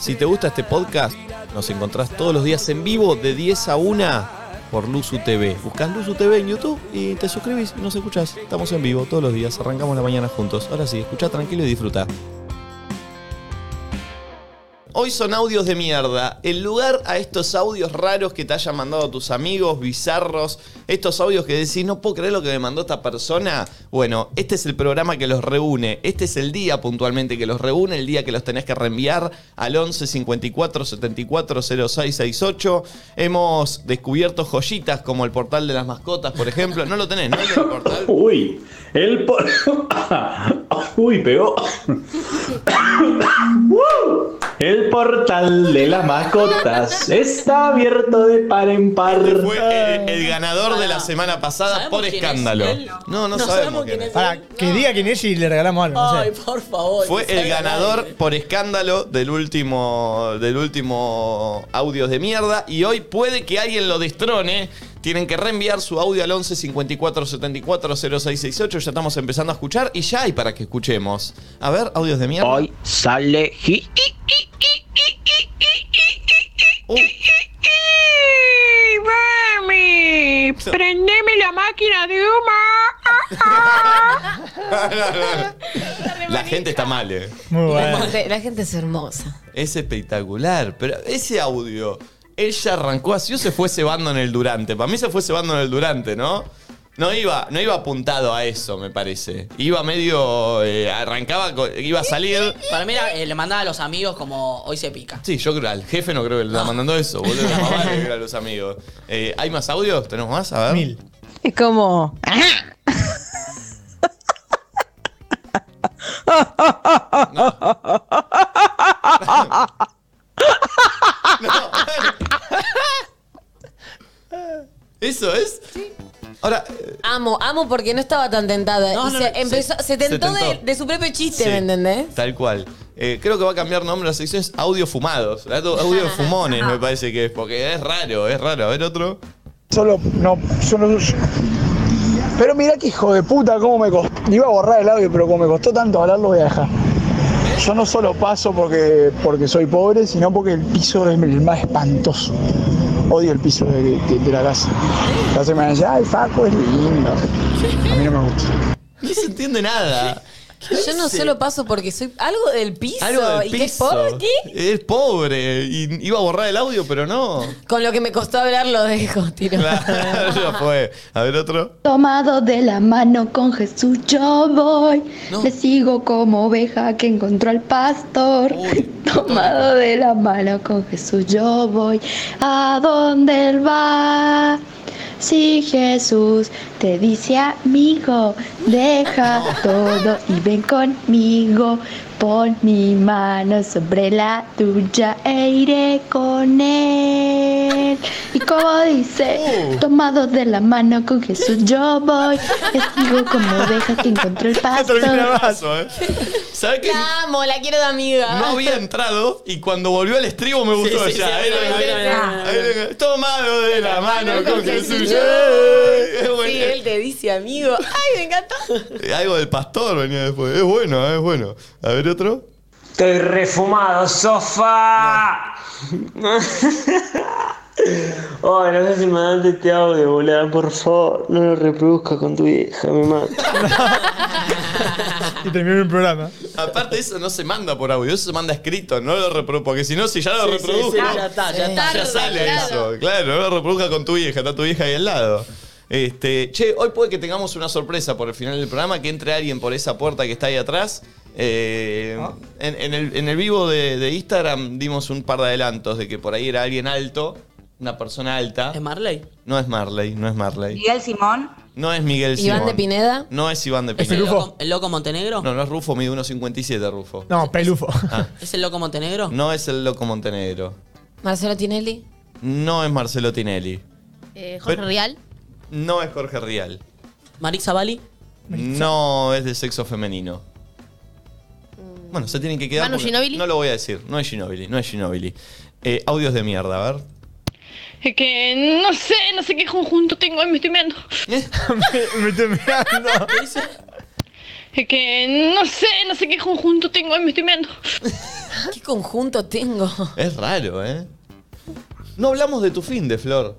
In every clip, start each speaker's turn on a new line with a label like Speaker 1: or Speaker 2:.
Speaker 1: Si te gusta este podcast, nos encontrás todos los días en vivo de 10 a 1 por Luzu TV. Buscás Luzu TV en YouTube y te suscribís y nos escuchás. Estamos en vivo todos los días, arrancamos la mañana juntos. Ahora sí, escucha tranquilo y disfruta. Hoy son audios de mierda. El lugar a estos audios raros que te hayan mandado tus amigos, bizarros, estos audios que decís, no puedo creer lo que me mandó esta persona. Bueno, este es el programa que los reúne. Este es el día puntualmente que los reúne, el día que los tenés que reenviar al 11 54 74 06 68. Hemos descubierto joyitas como el portal de las mascotas, por ejemplo. No lo tenés, ¿no? El portal.
Speaker 2: Uy, el por... Uy, pegó. ¡Wow! el portal de las mascotas está abierto de par en par.
Speaker 1: Este Fue el, el ganador de la semana pasada
Speaker 3: ¿Sabemos
Speaker 1: por
Speaker 3: quién es
Speaker 1: escándalo.
Speaker 3: él?
Speaker 1: No, no,
Speaker 3: No
Speaker 1: sabemos, quién es.
Speaker 4: Para que diga quién es y le regalamos algo. No
Speaker 3: Ay,
Speaker 4: sé.
Speaker 3: por favor.
Speaker 1: Fue
Speaker 3: que
Speaker 1: el
Speaker 3: salga
Speaker 1: ganador
Speaker 3: nadie.
Speaker 1: por escándalo del último del último audios de mierda y hoy puede que alguien lo destrone. Tienen que reenviar su audio al 11 54 74 0668. Ya estamos empezando a escuchar y ya hay para que escuchemos. A ver, audios de mierda.
Speaker 5: Hoy sale hi- i- i- i- i- i- i- i-
Speaker 1: Uh,
Speaker 5: i- mami. Prendeme la máquina de humo.
Speaker 1: la gente está mal, eh.
Speaker 4: Muy
Speaker 6: La
Speaker 4: bueno.
Speaker 6: gente, la gente es hermosa.
Speaker 1: Es espectacular, pero ese audio, ella arrancó así o se fue cebando en el durante. Para mí se fue cebando en el durante, ¿no? No iba, no iba apuntado a eso, me parece. Iba medio. eh, arrancaba, co- iba a salir.
Speaker 3: Para mí era, eh, le mandaba a los amigos como hoy se pica.
Speaker 1: Sí, yo creo, al jefe no creo que le está mandando eso, boludo. Más vale que era a los amigos. Eh, ¿Hay más audios? ¿Tenemos más? A ver.
Speaker 4: Mil.
Speaker 6: Es como.
Speaker 3: ah.
Speaker 1: ¿Eso es? Ahora, eh,
Speaker 6: Amo, amo porque no estaba tan tentada.
Speaker 3: No,
Speaker 6: y
Speaker 3: no,
Speaker 6: se,
Speaker 3: no,
Speaker 6: empezó, se, tentó
Speaker 1: se
Speaker 6: de,
Speaker 1: tentó.
Speaker 6: de su propio chiste,
Speaker 1: Sí,
Speaker 6: ¿me entendés?
Speaker 1: Tal cual. Eh, creo que va a cambiar nombre a la sección, es audio fumados. Audio audio fumones, me parece que es, porque es raro, es raro. A ver otro.
Speaker 7: Solo, no, solo. Pero mirá que hijo de puta, cómo me costó. Iba a borrar el audio, pero como me costó tanto hablarlo, voy a dejar. Yo no solo paso porque, porque soy pobre, sino porque el piso es el más espantoso. Odio el piso de, de- de la casa. La semana decía, ay, Faco es lindo. A mí no me gusta.
Speaker 1: No se entiende nada.
Speaker 6: Yo no solo paso porque soy algo del piso.
Speaker 1: Algo del
Speaker 6: ¿Y qué es
Speaker 1: piso.
Speaker 6: por qué?
Speaker 1: Es pobre. Y iba a borrar el audio, pero no.
Speaker 6: Con lo que me costó hablar lo dejo, tiro.
Speaker 1: Claro, ya fue. A ver otro.
Speaker 8: Tomado de la mano con Jesús yo voy.
Speaker 1: No.
Speaker 8: Le sigo como oveja que encontró al pastor.
Speaker 1: Uy,
Speaker 8: Tomado de la mano con Jesús yo voy. ¿A dónde él va? Si Jesús te dice amigo, deja todo y ven conmigo. Pon mi mano sobre la tuya e iré con él. Y como dice, tomado de la mano con Jesús yo voy. Le sigo como oveja que encontró el pastor.
Speaker 1: Paso, ¿eh? ¿Sabes qué?
Speaker 6: La amo, la quiero de amiga.
Speaker 1: No había entrado y cuando volvió al estribo me gustó
Speaker 3: sí, sí,
Speaker 1: ya.
Speaker 3: a mí
Speaker 1: Era-
Speaker 3: también, a mí
Speaker 1: era- era- Tomado de la mano con Jesús. Es bueno.
Speaker 6: Sí, él te dice amigo. Ay, me encantó.
Speaker 1: Algo del pastor venía después. Es bueno, ¿eh? es bueno. A ver otro.
Speaker 9: Estoy refumado, sofá. oh, no sé si me mandaste este audio, boludo. Por favor, no lo reproduzca con tu vieja, mi madre.
Speaker 4: Y terminó el programa.
Speaker 1: Aparte, eso no se manda por audio, eso se manda escrito, no lo reproduzca. Porque si no, si ya lo
Speaker 3: Sí, sí,
Speaker 1: reproduzco,
Speaker 3: sí, ya está, ya está.
Speaker 1: ya
Speaker 6: Tarda,
Speaker 1: sale
Speaker 6: claro.
Speaker 1: eso. Claro, no lo reproduzca con tu vieja, está tu vieja ahí al lado. Este, che, hoy puede que tengamos una sorpresa por el final del programa, que entre alguien por esa puerta que está ahí atrás. Eh,
Speaker 3: Ah.
Speaker 1: en, en el, en el vivo de, de Instagram dimos un par de adelantos de que por ahí era alguien alto, una persona alta.
Speaker 3: ¿Es Marley?
Speaker 1: No es Marley, no es Marley.
Speaker 10: Miguel Simón.
Speaker 1: No es Miguel
Speaker 6: Iván
Speaker 1: Simón.
Speaker 6: de Pineda.
Speaker 1: No es Iván de
Speaker 4: Es el
Speaker 1: Pineda.
Speaker 4: Rufo.
Speaker 3: loco- ¿El loco Montenegro?
Speaker 1: No, no es Rufo, mide 1.57 Rufo.
Speaker 4: No, pelufo.
Speaker 3: ¿Es el loco Montenegro?
Speaker 1: No es el Loco Montenegro.
Speaker 6: Marcelo Tinelli.
Speaker 1: No es Marcelo Tinelli.
Speaker 11: Eh, Jorge
Speaker 1: Pero-
Speaker 11: Real.
Speaker 1: No es Jorge Rial.
Speaker 3: ¿Marixa Bali?
Speaker 1: No es de sexo femenino.
Speaker 6: Mm.
Speaker 1: Bueno, se tienen que quedar.
Speaker 11: Manu
Speaker 1: porque
Speaker 11: Ginóbili.
Speaker 1: No lo voy a decir. No es Ginobili, no es Ginobili. Eh, audios de mierda, a ver.
Speaker 11: Es que no sé, no sé qué conjunto tengo, ay, me estoy mirando.
Speaker 4: me, me estoy mirando.
Speaker 11: Es que no sé, no sé qué conjunto tengo, ay, me estoy mirando.
Speaker 6: ¿Qué conjunto tengo?
Speaker 1: Es raro, ¿eh? No hablamos de tu fin de Flor.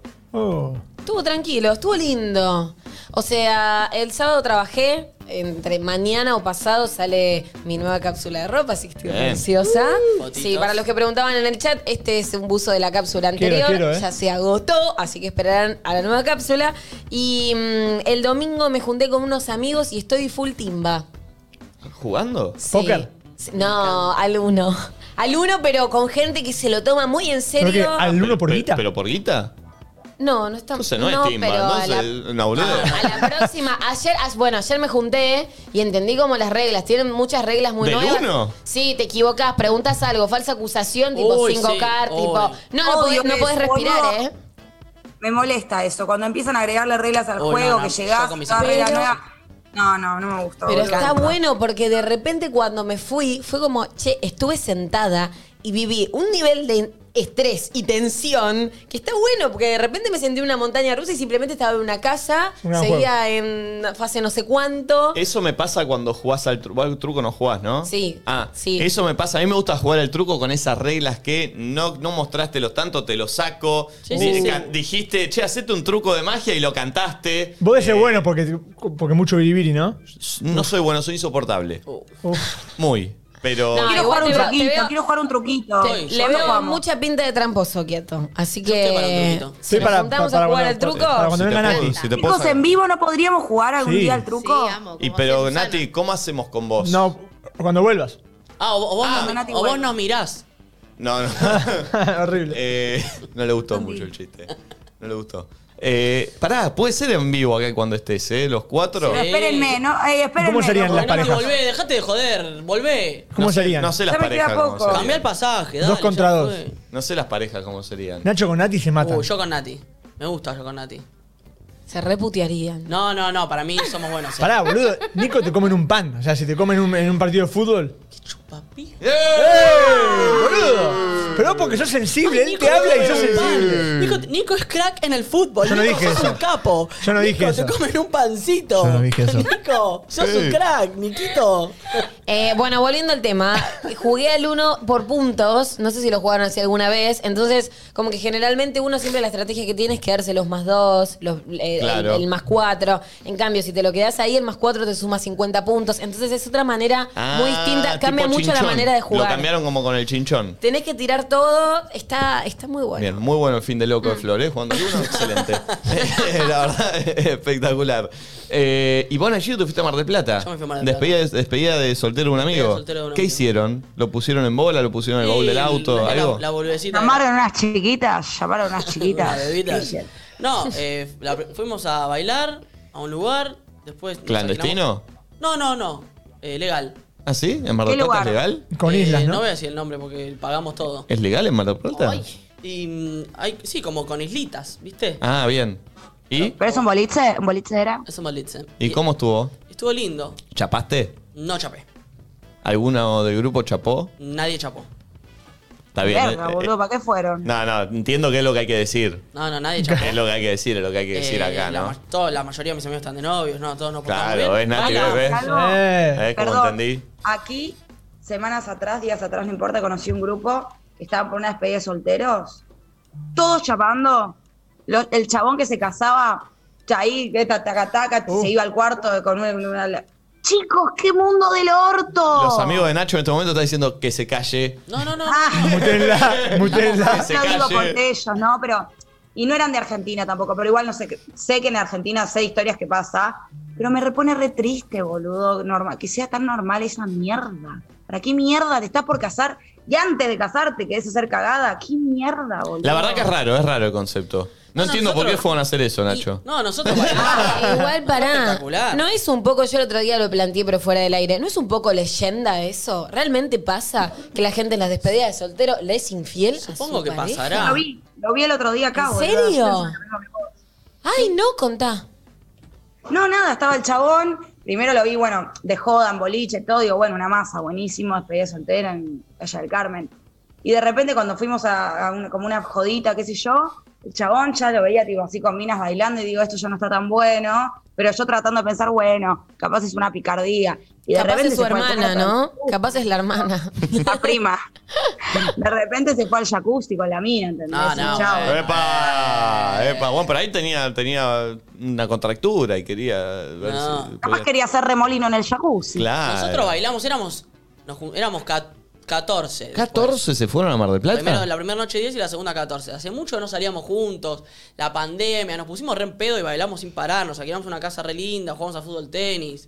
Speaker 6: Estuvo tranquilo, estuvo lindo. O sea, el sábado trabajé, entre mañana o pasado sale mi nueva cápsula de ropa, así que estoy
Speaker 1: Bien.
Speaker 6: ansiosa.
Speaker 1: Uh,
Speaker 6: sí, para los que preguntaban en el chat, este es un buzo de la cápsula
Speaker 1: Quiero,
Speaker 6: anterior,
Speaker 1: quiero, eh.
Speaker 6: ya se agotó, así que esperarán a la nueva cápsula. Y mm, el domingo me junté con unos amigos y estoy full timba.
Speaker 1: ¿Jugando?
Speaker 6: Sí. Sí, No, al uno. Al uno, pero con gente que se lo toma muy en serio.
Speaker 1: al uno por guita? ¿Pero por guita?
Speaker 6: No, no estamos.
Speaker 1: Entonces no, es timba,
Speaker 6: pero a
Speaker 1: entonces
Speaker 6: la
Speaker 1: es una boludez.
Speaker 6: La próxima, ayer, a- bueno, ayer me junté y entendí como las reglas. Tienen muchas reglas muy
Speaker 1: ¿Del
Speaker 6: nuevas.
Speaker 1: uno?
Speaker 6: Sí, te equivocas, preguntas algo, falsa acusación, tipo
Speaker 10: Uy, sí,
Speaker 6: 5K, tipo.
Speaker 10: uy.
Speaker 6: No, no,
Speaker 10: Odio
Speaker 6: podés, no
Speaker 10: eso,
Speaker 6: podés respirar,
Speaker 10: boludo.
Speaker 6: ¿eh?
Speaker 10: Me molesta eso, cuando empiezan a agregarle reglas al
Speaker 6: Uy, no,
Speaker 10: juego,
Speaker 6: no,
Speaker 10: que
Speaker 6: yo
Speaker 10: llegás,
Speaker 6: con mis
Speaker 10: cada regla
Speaker 6: amigos.
Speaker 10: nueva. No, no, no me gustó.
Speaker 6: Pero
Speaker 10: boludo.
Speaker 6: está bueno porque de repente cuando me fui fue como, che, estuve sentada y viví un nivel de estrés y tensión que está bueno porque de repente me sentí en una montaña rusa y simplemente estaba en una casa,
Speaker 1: Un gran
Speaker 6: seguía en fase no sé cuánto.
Speaker 1: Eso me pasa cuando jugás al truco. Al truco no jugás, ¿no?
Speaker 6: Sí,
Speaker 1: Ah,
Speaker 6: sí.
Speaker 1: Eso me pasa. A mí me gusta jugar al truco con esas reglas que no, no mostraste los tanto, te lo saco.
Speaker 4: Sí,
Speaker 1: Di-
Speaker 4: sí, sí.
Speaker 1: ca- Dijiste, che, hacete un truco de magia y lo cantaste.
Speaker 4: Vos decís bueno porque, porque mucho biribiri, ¿no?
Speaker 1: No soy bueno, soy insoportable. Muy. Pero.
Speaker 6: No,
Speaker 10: Quiero jugar
Speaker 6: igual
Speaker 10: un
Speaker 6: te veo- te
Speaker 10: truquito,
Speaker 6: veo-
Speaker 10: quiero jugar un truquito.
Speaker 6: Te- le
Speaker 10: ¿Cuándo
Speaker 6: veo
Speaker 10: jugamos?
Speaker 6: mucha pinta de tramposo, quieto. Así
Speaker 10: estoy para un
Speaker 6: que
Speaker 10: truquito.
Speaker 6: si
Speaker 10: Estoy
Speaker 6: nos
Speaker 10: para-
Speaker 6: juntamos
Speaker 10: para
Speaker 6: a jugar
Speaker 10: cuando-
Speaker 6: al truco.
Speaker 1: para cuando venga
Speaker 6: te
Speaker 1: Nati.
Speaker 6: encanta.
Speaker 1: Si te puedo
Speaker 10: Chicos,
Speaker 1: sacar-
Speaker 10: en vivo no podríamos jugar algún
Speaker 1: Sí.
Speaker 10: día al truco.
Speaker 1: y pero, Nati, ¿cómo hacemos con vos?
Speaker 4: No, cuando vuelvas.
Speaker 3: Ah, o, o vos,
Speaker 10: Ah,
Speaker 3: no-
Speaker 10: Nati,
Speaker 3: o vos
Speaker 10: bueno.
Speaker 3: nos mirás.
Speaker 1: No, no. Horrible. no le gustó mucho el chiste. No le gustó. Eh, pará, puede ser en vivo acá cuando estés, ¿eh? Los cuatro.
Speaker 10: Pero espérenme, ¿no? Ey, espérenme. no,
Speaker 3: Nati, Volvé, dejate de joder, volvé.
Speaker 1: ¿Cómo No sé- serían? no sé las
Speaker 3: Ya me queda
Speaker 1: parejas cómo
Speaker 3: poco.
Speaker 1: serían.
Speaker 3: Cambiá el pasaje, dale.
Speaker 4: Dos contra
Speaker 3: ya
Speaker 4: dos.
Speaker 3: fue.
Speaker 1: No sé las parejas cómo serían.
Speaker 4: Nacho con Nati se matan.
Speaker 3: Uh, yo con Nati. Me gusta yo con Nati.
Speaker 6: Se reputearían.
Speaker 3: No, no, no, para mí somos buenos.
Speaker 4: Pará, boludo. Nico te comen un pan. O sea, si te comen un, en un partido de fútbol. ¡Eh, ¡Boludo! Pero vos porque sos sensible, él te habla y sos sensible.
Speaker 3: Nico, Nico es crack en el fútbol.
Speaker 4: Yo no
Speaker 3: Nico,
Speaker 4: dije
Speaker 3: sos
Speaker 4: eso.
Speaker 3: un capo.
Speaker 4: Yo no
Speaker 3: Nico,
Speaker 4: dije eso.
Speaker 3: te comen un pancito.
Speaker 4: Yo no dije eso.
Speaker 3: Nico, sos
Speaker 4: Sí.
Speaker 3: un crack, Niquito.
Speaker 6: Eh, bueno, volviendo al tema, jugué al uno por puntos, no sé si lo jugaron así alguna vez, entonces como que generalmente uno siempre la estrategia que tiene es quedarse los más dos, los, eh,
Speaker 1: Claro.
Speaker 6: el, el más cuatro, en cambio si te lo quedas ahí el más cuatro te suma 50 puntos, entonces es otra manera muy
Speaker 1: Ah,
Speaker 6: distinta,
Speaker 1: tipo
Speaker 6: cambia mucho la
Speaker 1: chinchón.
Speaker 6: manera de
Speaker 1: Lo
Speaker 6: jugar.
Speaker 1: cambiaron como con el chinchón.
Speaker 6: Tenés que tirar todo, está, está muy bueno.
Speaker 1: Bien, muy bueno el fin de loco
Speaker 3: Mm.
Speaker 1: de Flores, Juan de Luna, excelente. la verdad, espectacular. Eh, y vos, Nachito, te fuiste a Mar del Plata.
Speaker 3: Yo me fui a Mar del
Speaker 1: despedida, de- despedida de soltero de un amigo.
Speaker 3: de soltero de un
Speaker 1: ¿Qué
Speaker 3: amigo.
Speaker 1: hicieron? ¿Lo pusieron en bola? ¿Lo pusieron en el baúl del auto?
Speaker 3: La,
Speaker 1: ¿Algo?
Speaker 3: la, la boludecita.
Speaker 10: Llamaron unas chiquitas, llamaron unas
Speaker 3: Una
Speaker 10: chiquitas.
Speaker 3: bebita. No, eh, la pr- fuimos a bailar a un lugar, después... nos
Speaker 1: ¿Clandestino?
Speaker 3: alquilamos- No, no, no. eh, legal.
Speaker 1: ¿Ah, sí? ¿En Mar del
Speaker 3: ¿Qué
Speaker 1: Plata es
Speaker 3: lugar?
Speaker 1: legal?
Speaker 4: Con
Speaker 3: Eh,
Speaker 4: islas, ¿no?
Speaker 3: voy a decir el nombre porque pagamos todo.
Speaker 1: ¿Es legal en Mar del Plata?
Speaker 3: Y mm, hay, sí, como con islitas, ¿viste?
Speaker 1: Ah, bien. ¿Y?
Speaker 10: ¿Pero es un boliche? ¿Un boliche era?
Speaker 3: Es un boliche.
Speaker 1: ¿Y cómo estuvo?
Speaker 3: Estuvo lindo.
Speaker 1: ¿Chapaste?
Speaker 3: No chapé.
Speaker 1: ¿Alguno del grupo chapó?
Speaker 3: Nadie chapó.
Speaker 1: Está bien.
Speaker 10: Verga,
Speaker 1: eh,
Speaker 10: boludo, ¿para qué fueron?
Speaker 1: No, no, entiendo que es lo que hay que decir.
Speaker 3: No, no, nadie chapó.
Speaker 1: Es lo que hay que decir, es lo que hay que decir
Speaker 3: Eh,
Speaker 1: acá,
Speaker 3: la,
Speaker 1: ¿no?
Speaker 3: ma- todo- la mayoría de mis amigos están de novios, no, todos nos portamos bien.
Speaker 1: Claro, ¿ves, Nati?
Speaker 10: Algo,
Speaker 1: ¿Ves?
Speaker 10: algo.
Speaker 1: ¿Ves cómo
Speaker 10: Perdón.
Speaker 1: entendí?
Speaker 10: Aquí, semanas atrás, días atrás, no importa, conocí un grupo que estaban por una despedida de solteros. Todos chapando. Los- el chabón que se casaba, ahí, que ta- taca, taca, se iba al cuarto con una, una- Chicos, qué mundo del orto.
Speaker 1: Los amigos de Nacho en este momento están diciendo que se calle.
Speaker 3: No, no, no.
Speaker 4: Mutenla, mutenla.
Speaker 1: Que se
Speaker 10: no digo por
Speaker 1: calle.
Speaker 10: ellos, ¿no? Pero. Y no eran de Argentina tampoco, pero igual no sé. que- Sé que en Argentina sé historias que pasa, pero me repone re triste, boludo. Normal, que sea tan normal esa mierda. ¿Para qué mierda te estás por casar? Y antes de casarte, que a ser cagada. ¿Qué mierda, boludo?
Speaker 1: La verdad que es raro, es raro el concepto. No,
Speaker 10: No,
Speaker 1: entiendo por
Speaker 10: nosotros-
Speaker 1: qué fueron a hacer eso, Nacho.
Speaker 3: No, nosotros
Speaker 6: Ah, igual pará.
Speaker 3: Espectacular.
Speaker 6: No es un poco, yo el otro día lo planteé, pero fuera del aire. ¿No es un poco leyenda eso? ¿Realmente pasa que la gente en las despedidas de soltero le es infiel?
Speaker 3: Supongo que
Speaker 10: Yo Lo vi, lo vi el otro día acá,
Speaker 6: ¿En
Speaker 10: boludo.
Speaker 6: serio? Ay, no, contá.
Speaker 10: No, nada, estaba el chabón. Primero lo vi, bueno, de joda, en boliche, todo. Digo, bueno, una masa, buenísimo, despedida soltera en Calle del Carmen. Y de repente, cuando fuimos a, a una- como una jodita, qué sé yo, el chabón ya lo veía, tipo, así con minas bailando. Y digo, esto ya no está tan bueno. Pero yo tratando de pensar, bueno, capaz es una picardía. Y de
Speaker 6: Capaz
Speaker 10: repente
Speaker 6: es su
Speaker 10: se fue a
Speaker 6: hermana,
Speaker 10: tomar otra-
Speaker 6: ¿no? Capaz es la hermana.
Speaker 10: La prima. De repente se fue al jacuzzi con la mía, ¿entendés?
Speaker 3: No,
Speaker 10: Y
Speaker 3: no,
Speaker 10: chao.
Speaker 3: bueno.
Speaker 1: Epa, epa. Bueno, pero ahí tenía, tenía una contractura y quería ver
Speaker 3: No.
Speaker 1: si.
Speaker 10: Capaz quería hacer remolino en el jacuzzi.
Speaker 1: Claro.
Speaker 3: Nosotros bailamos, éramos, nos jun- éramos ca- 14. después.
Speaker 1: ¿14 se fueron a Mar del Plata?
Speaker 3: Primero, la primera noche 10 y la segunda 14. Hace mucho que no salíamos juntos, la pandemia, nos pusimos re en pedo y bailamos sin parar, nos alquilamos una casa re linda, jugamos a fútbol tenis.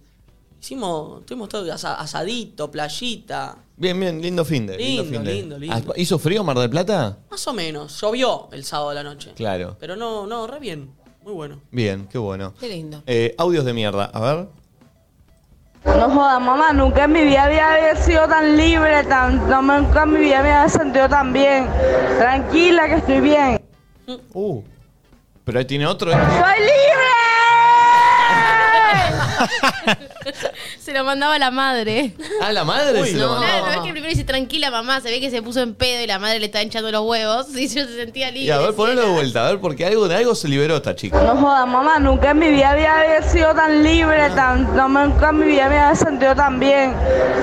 Speaker 3: Hicimos, tuvimos todo asa- asadito, playita,
Speaker 1: Bien, bien, lindo fin de.
Speaker 3: Lindo,
Speaker 1: fin de.
Speaker 3: lindo, lindo.
Speaker 1: Ah, ¿Hizo frío Mar del Plata?
Speaker 3: más o menos. Llovió el sábado de la noche.
Speaker 1: Claro.
Speaker 3: Pero no, no, re bien. Muy bueno.
Speaker 1: Bien, qué bueno.
Speaker 6: Qué lindo.
Speaker 1: Eh, audios de mierda, a ver.
Speaker 12: No jodas, mamá, nunca en mi vida había había sido tan libre, tan, no, nunca en mi vida me había sentido tan bien. Tranquila, que estoy bien.
Speaker 3: Mm.
Speaker 1: Uh. Pero ahí tiene otro. ¿eh?
Speaker 11: ¡Soy libre!
Speaker 13: Se lo mandaba la madre.
Speaker 1: Ah, la madre se lo mandó.
Speaker 13: Claro, es que primero dice tranquila mamá, se ve que se puso en pedo y la madre le estaba hinchando los huevos y yo se sentía libre.
Speaker 1: Y a ver, ponelo de vuelta, a ver, porque algo, de algo se liberó esta chica.
Speaker 12: No jodas, mamá, nunca en mi vida había había sido tan libre, tan, no, nunca en mi vida me había sentido tan bien.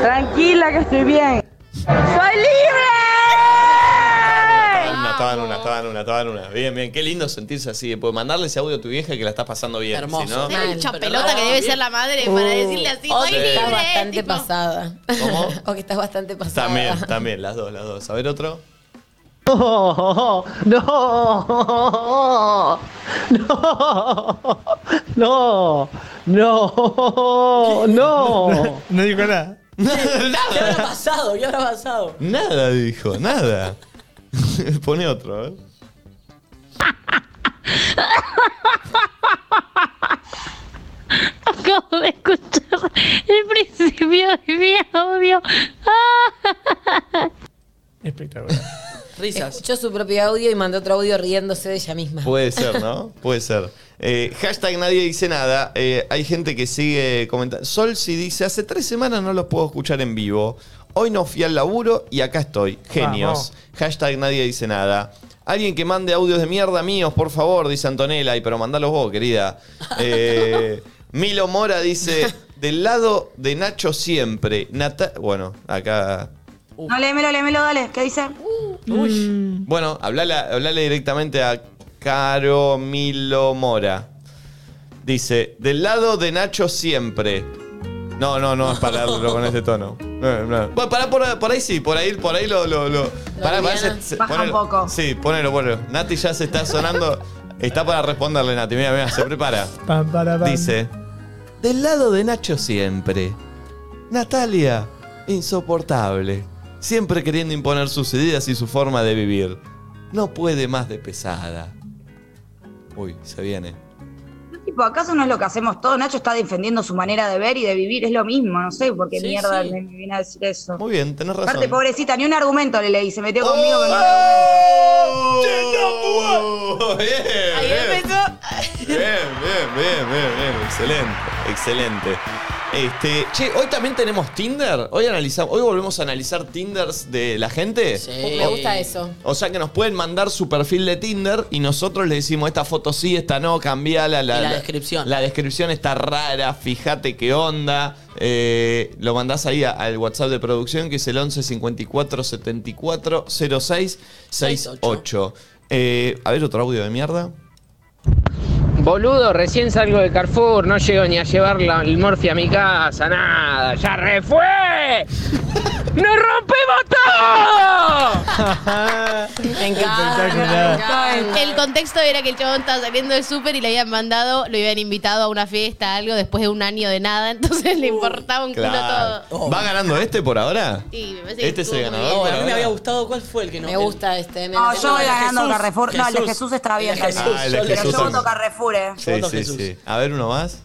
Speaker 12: Tranquila, que estoy bien. ¡Soy libre!
Speaker 1: Una, estaba en una, estaba en una, estaba en una. Bien, bien, qué lindo sentirse así. Después mandarle ese audio a tu vieja que la estás pasando bien.
Speaker 3: Hermoso.
Speaker 1: si no-
Speaker 13: Era el chapelota que debe ser la madre para decirle así,
Speaker 6: O
Speaker 13: soy
Speaker 6: Uh, que
Speaker 1: Eh,
Speaker 6: estás
Speaker 13: libre.
Speaker 6: bastante
Speaker 13: tipo.
Speaker 6: pasada. o que estás bastante pasada.
Speaker 1: También, también, las dos, las dos. A ver otro.
Speaker 5: No, no, no, no, no.
Speaker 4: No dijo nada.
Speaker 3: ¿Qué habrá pasado? ¿Qué habrá pasado?
Speaker 1: Nada dijo, nada. Pone otro, a ver.
Speaker 11: Acabo de escuchar el principio de mi audio.
Speaker 4: Espectacular.
Speaker 3: Risas.
Speaker 6: Escuchó su propio audio y mandó otro audio riéndose de ella misma.
Speaker 1: Puede ser, ¿no? Puede ser. Eh, hashtag nadie dice nada. Eh, hay gente que sigue comentando. Sol si dice, hace tres semanas no los puedo escuchar en vivo. Hoy no fui al laburo y acá estoy. Genios.
Speaker 4: Vamos.
Speaker 1: Hashtag nadie dice nada. Alguien que mande audios de mierda míos, por favor, dice Antonella. Y pero mandalos vos, querida. Eh, Milo Mora dice, del lado de Nacho siempre. Nata- bueno, acá...
Speaker 10: No, léemelo, léemelo, dale. ¿Qué dice?
Speaker 1: Uh.
Speaker 10: Mm.
Speaker 1: Bueno, hablale, hablale directamente a Caro Milo Mora. Dice, del lado de Nacho siempre. No, no, no, es para hablarlo con este tono. No, no. Bueno, pará, por, por ahí sí, por ahí, por ahí lo... lo, lo- pará, pará, se- se-
Speaker 10: Baja un
Speaker 1: ponelo.
Speaker 10: poco.
Speaker 1: Sí, ponelo, ponelo. Nati ya se está sonando. Está para responderle, Nati. Mira, mira, se prepara.
Speaker 4: Pam, para, pam.
Speaker 1: Dice, del lado de Nacho siempre. Natalia, insoportable. Siempre queriendo imponer sus ideas y su forma de vivir. No puede más de pesada. Uy, se viene.
Speaker 10: Tipo, ¿acaso no es lo que hacemos todos? Nacho está defendiendo su manera de ver y de vivir, es lo mismo, no sé por qué
Speaker 3: Sí,
Speaker 10: mierda
Speaker 3: sí.
Speaker 10: me me viene a decir eso.
Speaker 1: Muy bien, tenés razón.
Speaker 10: Aparte, pobrecita, ni un argumento le leí, se metió conmigo con un
Speaker 1: Oh, bien, bien, bien, bien, bien, bien, bien. excelente, excelente. Este, che, hoy también tenemos Tinder. Hoy analizamos, hoy volvemos a analizar Tinders de la gente. Eh,
Speaker 6: Me gusta eso.
Speaker 1: O sea que nos pueden mandar su perfil de Tinder y nosotros le decimos esta foto sí, esta no, cambiala. La,
Speaker 3: Y la descripción.
Speaker 1: La descripción está rara, fíjate qué onda. Eh, lo mandás ahí a- al WhatsApp de producción que es el 11 54 74 06 68. Eh, a ver otro audio de mierda.
Speaker 5: Boludo, recién salgo de Carrefour, no llego ni a llevar la- el morfi a mi casa, nada, ya refue. ¡Nos rompemos todo!
Speaker 6: Me encanta.
Speaker 4: Espectacular.
Speaker 13: El contexto era que el chabón estaba saliendo del súper y le habían mandado, lo habían invitado a una fiesta, algo, después de un año de nada, entonces le importaba un
Speaker 1: Claro.
Speaker 13: culo todo.
Speaker 3: Oh.
Speaker 1: ¿Va ganando este por ahora?
Speaker 6: pues
Speaker 13: Y me parece que
Speaker 1: Este es el
Speaker 13: estuvo muy
Speaker 1: ganador.
Speaker 3: No,
Speaker 1: por
Speaker 3: a mí me
Speaker 1: ahora.
Speaker 3: había gustado cuál fue el que no.
Speaker 6: Me
Speaker 3: el-
Speaker 6: gusta este. me
Speaker 10: No,
Speaker 6: encanta.
Speaker 10: yo voy ganando
Speaker 3: Jesús,
Speaker 10: Carrefour. No, el de
Speaker 3: Jesús.
Speaker 10: Jesús está bien
Speaker 3: El de
Speaker 10: también.
Speaker 3: Jesús,
Speaker 1: Ah, el de
Speaker 3: yo le-
Speaker 10: Pero
Speaker 1: Jesús
Speaker 10: yo
Speaker 1: también.
Speaker 10: voto Carrefour, eh.
Speaker 1: Sí,
Speaker 3: Voto
Speaker 1: sí,
Speaker 3: Jesús.
Speaker 1: sí. A ver uno más.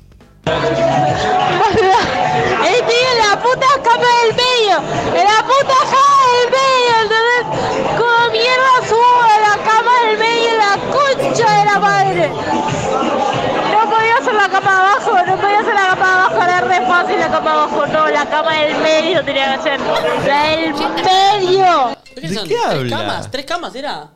Speaker 11: Este es la puta cama del medio, en la puta cama del medio, entonces como mierda subo a la cama del medio en la concha de la madre. No podía hacer la cama abajo, no podía hacer la cama abajo, era re fácil la cama abajo, no, la cama del medio tenía que hacer, la del medio.
Speaker 3: ¿Qué son?
Speaker 1: qué
Speaker 3: ¿Tres
Speaker 1: habla?
Speaker 3: camas? ¿Tres camas era?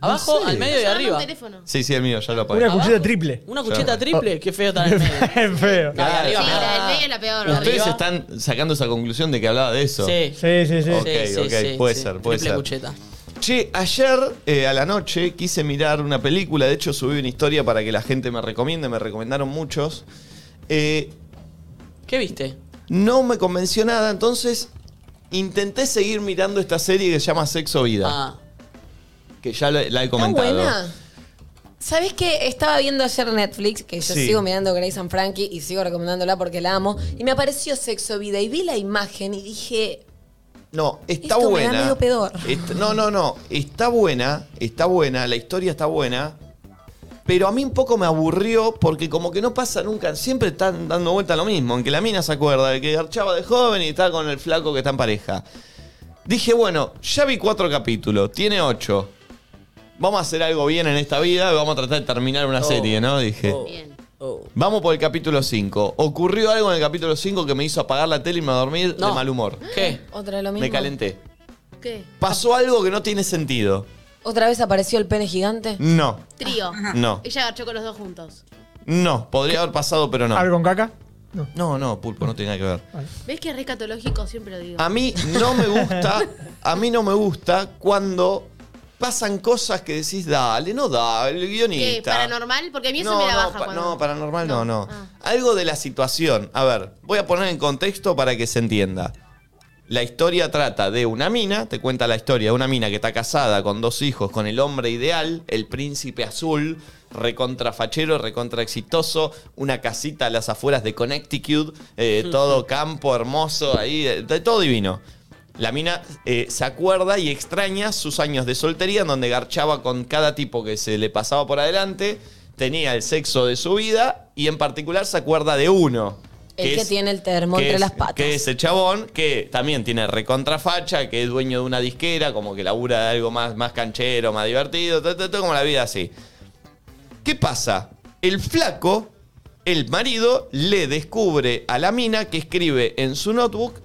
Speaker 3: Abajo,
Speaker 1: sé.
Speaker 3: al medio y
Speaker 1: Está
Speaker 3: arriba.
Speaker 1: Sí, sí, el mío, ya lo apagué.
Speaker 4: Una cucheta triple.
Speaker 3: Una cucheta triple, qué feo está en el medio.
Speaker 4: Es feo.
Speaker 3: Ahí arriba,
Speaker 13: Sí,
Speaker 3: me da-
Speaker 13: la del Oh. medio es la peor.
Speaker 1: Ustedes
Speaker 13: arriba.
Speaker 1: están sacando esa conclusión de que hablaba de eso.
Speaker 3: Sí.
Speaker 4: Sí, sí, sí.
Speaker 1: Ok,
Speaker 4: Sí, sí,
Speaker 1: ok,
Speaker 4: sí,
Speaker 1: puede
Speaker 4: sí.
Speaker 1: ser, puede
Speaker 4: Triple
Speaker 1: ser.
Speaker 4: cucheta.
Speaker 1: Che, ayer eh, a la noche quise mirar una película, de hecho subí una historia para que la gente me recomiende, me recomendaron muchos. Eh,
Speaker 3: ¿Qué viste?
Speaker 1: No me convenció nada, entonces intenté seguir mirando esta serie que se llama Sexo Vida.
Speaker 4: Ah.
Speaker 1: Que ya la, la he comentado.
Speaker 6: buena? ¿Sabés qué? Estaba viendo ayer Netflix, que yo
Speaker 1: Sí.
Speaker 6: sigo mirando Grace and Frankie y sigo recomendándola porque la amo, y me apareció Sexo Vida y vi la imagen y dije,
Speaker 1: No, está
Speaker 6: Esto me da
Speaker 1: buena.
Speaker 6: medio pedor.
Speaker 1: Est- no, no, no. Está buena, está buena, la historia está buena. Pero a mí un poco me aburrió porque como que no pasa nunca, siempre están dando vuelta a lo mismo, en que la mina se acuerda de que garchaba de joven y está con el flaco que está en pareja. Dije, bueno, ya vi cuatro capítulos, tiene ocho. Vamos a hacer algo bien en esta vida, vamos a tratar de terminar una serie, ¿no? Dije. Vamos por el capítulo 5. Ocurrió algo en el capítulo 5 que me hizo apagar la tele y me dormir de mal humor.
Speaker 3: ¿Qué?
Speaker 6: otra de lo mismo.
Speaker 1: Me calenté.
Speaker 6: ¿Qué?
Speaker 1: Pasó algo que no tiene sentido.
Speaker 6: ¿Otra vez apareció el pene gigante? Ah,
Speaker 1: No,
Speaker 13: Trío.
Speaker 1: No.
Speaker 13: Ella garchó con los dos juntos.
Speaker 1: no, podría haber pasado, pero no.
Speaker 4: ¿Algo con caca?
Speaker 1: No, no, pulpo, no tiene nada que ver.
Speaker 13: ¿Ves que es recatológico? Siempre lo digo.
Speaker 1: A mí no me gusta, a mí no me gusta cuando pasan cosas que decís, dale, no da, el
Speaker 13: ¿Qué?
Speaker 1: guionista.
Speaker 13: ¿Paranormal? Porque a mí eso me la
Speaker 1: no,
Speaker 13: baja
Speaker 1: pa-
Speaker 13: cuando... ah.
Speaker 1: no, paranormal no, no. Algo de la situación. A ver, voy a poner en contexto para que se entienda. La historia trata de una mina, te cuenta la historia de una mina que está casada con dos hijos, con el hombre ideal, el príncipe azul, recontrafachero, recontra exitoso, una casita a las afueras de Connecticut, eh, todo campo hermoso, ahí, eh, de todo divino. La mina eh, se acuerda y extraña sus años de soltería, en donde garchaba con cada tipo que se le pasaba por adelante, tenía el sexo de su vida y en particular se acuerda de uno.
Speaker 6: El que,
Speaker 1: es-
Speaker 6: tiene el termo
Speaker 1: que
Speaker 6: entre
Speaker 1: es-
Speaker 6: las patas.
Speaker 1: Que es el chabón que también tiene recontrafacha, que es dueño de una disquera, como que labura de algo más, más canchero, más divertido, todo, como la vida así. ¿Qué pasa? El flaco, el marido, le descubre a la mina que escribe en su notebook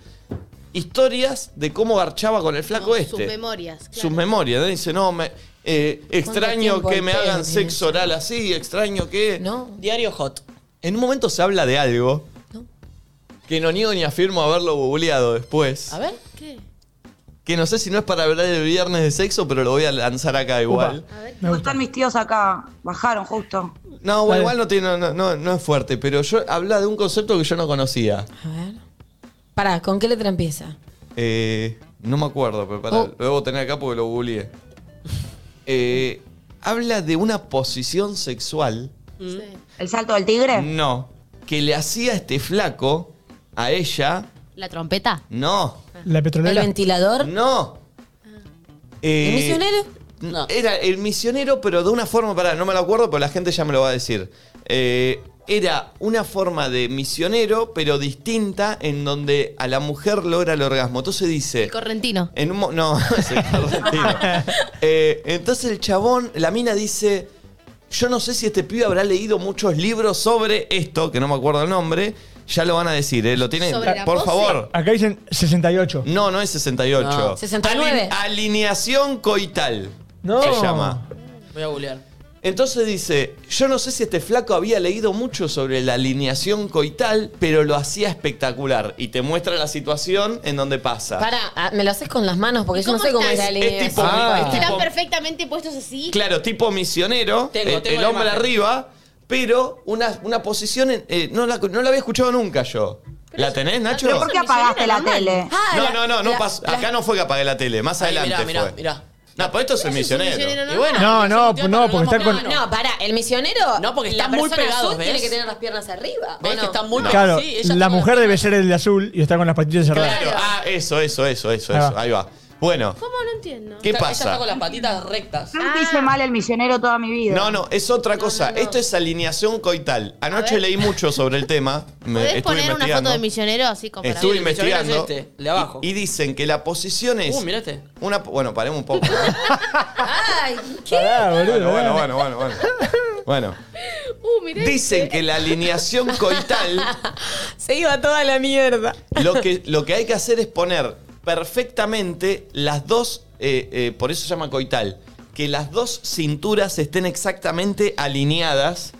Speaker 1: historias de cómo garchaba con el flaco este
Speaker 13: Sus memorias.
Speaker 1: sus memorias. ¿no? Dice, no, me, eh, extraño
Speaker 13: tiempo
Speaker 1: que
Speaker 13: al
Speaker 1: me
Speaker 13: pedo
Speaker 1: hagan
Speaker 13: tiene
Speaker 1: sexo oral así, extraño que...
Speaker 3: Diario Hot.
Speaker 1: En un momento se habla de algo que no niego ni afirmo haberlo googleado después.
Speaker 14: Ah.
Speaker 3: A ver.
Speaker 13: ¿Qué?
Speaker 1: Que no sé si no es para hablar el viernes de sexo, pero lo voy a lanzar acá igual.
Speaker 10: Están mis tíos acá, bajaron justo.
Speaker 1: No, bueno, igual no, tiene, no, no, no es fuerte, pero yo habla de un concepto que yo no conocía.
Speaker 6: A ver. Pará, ¿con qué letra empieza?
Speaker 1: Eh, no me acuerdo, pero pará,
Speaker 6: Oh.
Speaker 1: lo debo tener acá porque lo googleé. Eh, habla de una posición sexual
Speaker 13: Mm.
Speaker 10: ¿El salto del tigre?
Speaker 1: No. Que le hacía este flaco a ella.
Speaker 13: ¿La trompeta?
Speaker 1: No.
Speaker 4: ¿La
Speaker 6: ¿El
Speaker 4: petrolera?
Speaker 6: ventilador?
Speaker 1: No. Eh,
Speaker 6: ¿El misionero?
Speaker 1: No. Era el misionero, pero de una forma, para no me lo acuerdo, pero la gente ya me lo va a decir. Eh, era una forma de misionero, pero distinta, en donde a la mujer logra el orgasmo. Entonces dice.
Speaker 13: Correntino.
Speaker 1: En un mo- no, ese correntino. Eh, entonces el chabón, la mina dice, yo no sé si este pibe habrá leído muchos libros sobre esto, que no me acuerdo el nombre, ya lo van a decir, ¿eh? Lo tienen,
Speaker 13: ¿Sobre la
Speaker 1: por
Speaker 13: pose?
Speaker 1: favor.
Speaker 4: Acá dicen 68.
Speaker 1: No, no es 68.
Speaker 4: No.
Speaker 6: 69.
Speaker 1: Alin- alineación coital.
Speaker 4: No.
Speaker 1: Se llama.
Speaker 3: Voy a googlear.
Speaker 1: Entonces dice, yo no sé si este flaco había leído mucho sobre la alineación coital, pero lo hacía espectacular. Y te muestra la situación en donde pasa.
Speaker 6: Pará, ah, me lo haces con las manos porque
Speaker 13: ¿Y
Speaker 6: yo no sé cómo es la
Speaker 13: estás?
Speaker 6: línea.
Speaker 1: tipo- Ah. es tipo-
Speaker 13: Están perfectamente puestos así.
Speaker 1: Claro, tipo misionero,
Speaker 13: Tengo,
Speaker 1: eh,
Speaker 13: tengo
Speaker 1: el
Speaker 13: la
Speaker 1: hombre
Speaker 13: imagen.
Speaker 1: arriba, pero una, una posición, en- eh, no, la, no la había escuchado nunca yo. ¿La tenés, Nacho?
Speaker 10: ¿Pero por qué apagaste la
Speaker 3: Ah,
Speaker 10: tele?
Speaker 1: no, no, no, no pasó. Acá no fue que apagué Ah, la tele, más
Speaker 3: Ahí, mirá,
Speaker 1: adelante
Speaker 3: mirá,
Speaker 1: fue.
Speaker 3: mirá.
Speaker 1: No, pues esto es el misionero.
Speaker 6: Y bueno,
Speaker 4: No, no, no, porque está con.
Speaker 6: No, pará, el misionero. No, porque
Speaker 3: están muy pegados,
Speaker 6: tiene
Speaker 3: ¿ves?
Speaker 6: que tener las piernas arriba.
Speaker 3: ¿Ves que están muy
Speaker 4: Claro,
Speaker 3: Sí, ella
Speaker 4: la mujer debe ser el de azul y está con las patillas cerradas.
Speaker 1: Claro, ah, eso, eso, eso, eso,
Speaker 4: Ahí va.
Speaker 1: eso. Ahí va. Bueno,
Speaker 13: ¿Cómo no entiendo? Ah.
Speaker 1: ¿qué
Speaker 3: Está- Ella está
Speaker 1: pasa?
Speaker 3: con las patitas rectas.
Speaker 10: Yo nunca hice mal el misionero toda mi vida.
Speaker 1: No, no, es otra cosa. Esto es alineación coital. Anoche leí mucho sobre el tema. Me
Speaker 13: ¿Podés
Speaker 1: estuve
Speaker 13: poner una
Speaker 1: investigando.
Speaker 13: foto de misionero así como para
Speaker 1: Estuve
Speaker 13: ver?
Speaker 1: investigando.
Speaker 3: es este, el de abajo.
Speaker 1: Y, y dicen que la posición es.
Speaker 3: Uh, mirá este.
Speaker 1: Una, bueno, paremos un poco.
Speaker 6: Ay, ¿qué?
Speaker 1: bueno, bueno, bueno, bueno, bueno. Bueno,
Speaker 13: Uh, mirá.
Speaker 1: dicen que la alineación coital,
Speaker 6: este. Se iba toda la mierda.
Speaker 1: lo que, lo que hay que hacer es poner perfectamente las dos, eh, eh, por eso se llama coital, que las dos cinturas estén exactamente alineadas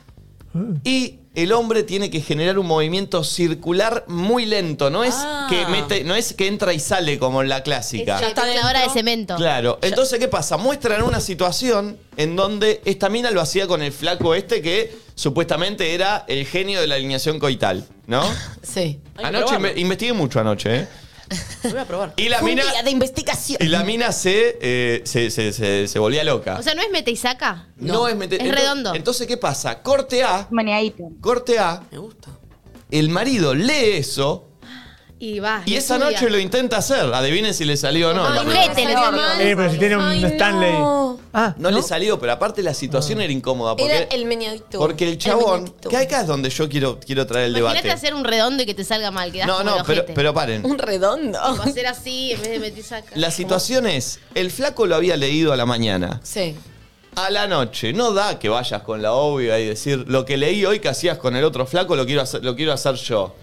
Speaker 1: y el hombre tiene que generar un movimiento circular muy lento. No es,
Speaker 6: Ah.
Speaker 1: que, mete, no es que entra y sale como en la
Speaker 3: este.
Speaker 1: clásica.
Speaker 13: Ya está la hora de cemento.
Speaker 1: Claro. Entonces, ¿qué pasa? Muestran una situación en donde esta mina lo hacía con el flaco este que supuestamente era el genio de la alineación coital, ¿no?
Speaker 13: Sí.
Speaker 1: Anoche inve- investigué mucho anoche, ¿eh?
Speaker 3: Voy a probar.
Speaker 1: Y la
Speaker 6: Fue un
Speaker 1: mina-
Speaker 6: día de investigación.
Speaker 1: Y la mina se, eh, se, se- se- se volvía loca.
Speaker 13: O sea, ¿no es mete y saca?
Speaker 1: no, es meter.
Speaker 13: Es redondo.
Speaker 1: Entonces, ¿qué pasa? Corte A. Corte A. Me gusta. El marido lee eso
Speaker 13: Y va.
Speaker 1: y esa
Speaker 13: estudia.
Speaker 1: noche lo intenta hacer. Adivinen si le salió o no.
Speaker 13: Ay,
Speaker 1: La-
Speaker 13: ojete, le salió mal.
Speaker 4: Eh, pero si tiene un Stanley. Ah,
Speaker 1: no, le salió, pero aparte la situación era incómoda. Porque,
Speaker 6: Era el meñadito.
Speaker 1: porque el chabón. que acá es donde yo quiero, quiero traer el
Speaker 13: Imagínate
Speaker 1: debate.
Speaker 13: hacer un redondo y que te salga mal. Quedás
Speaker 1: No,
Speaker 13: como
Speaker 1: no,
Speaker 13: el
Speaker 1: pero,
Speaker 13: ojete.
Speaker 1: pero paren.
Speaker 6: redondo.
Speaker 13: Tipo, hacer así en vez de meter y saca.
Speaker 1: La situación es: el flaco lo había leído a la mañana.
Speaker 6: Sí.
Speaker 1: A la noche, no da que vayas con la obvia y decir lo que leí hoy que hacías con el otro flaco lo quiero hacer, lo quiero hacer yo.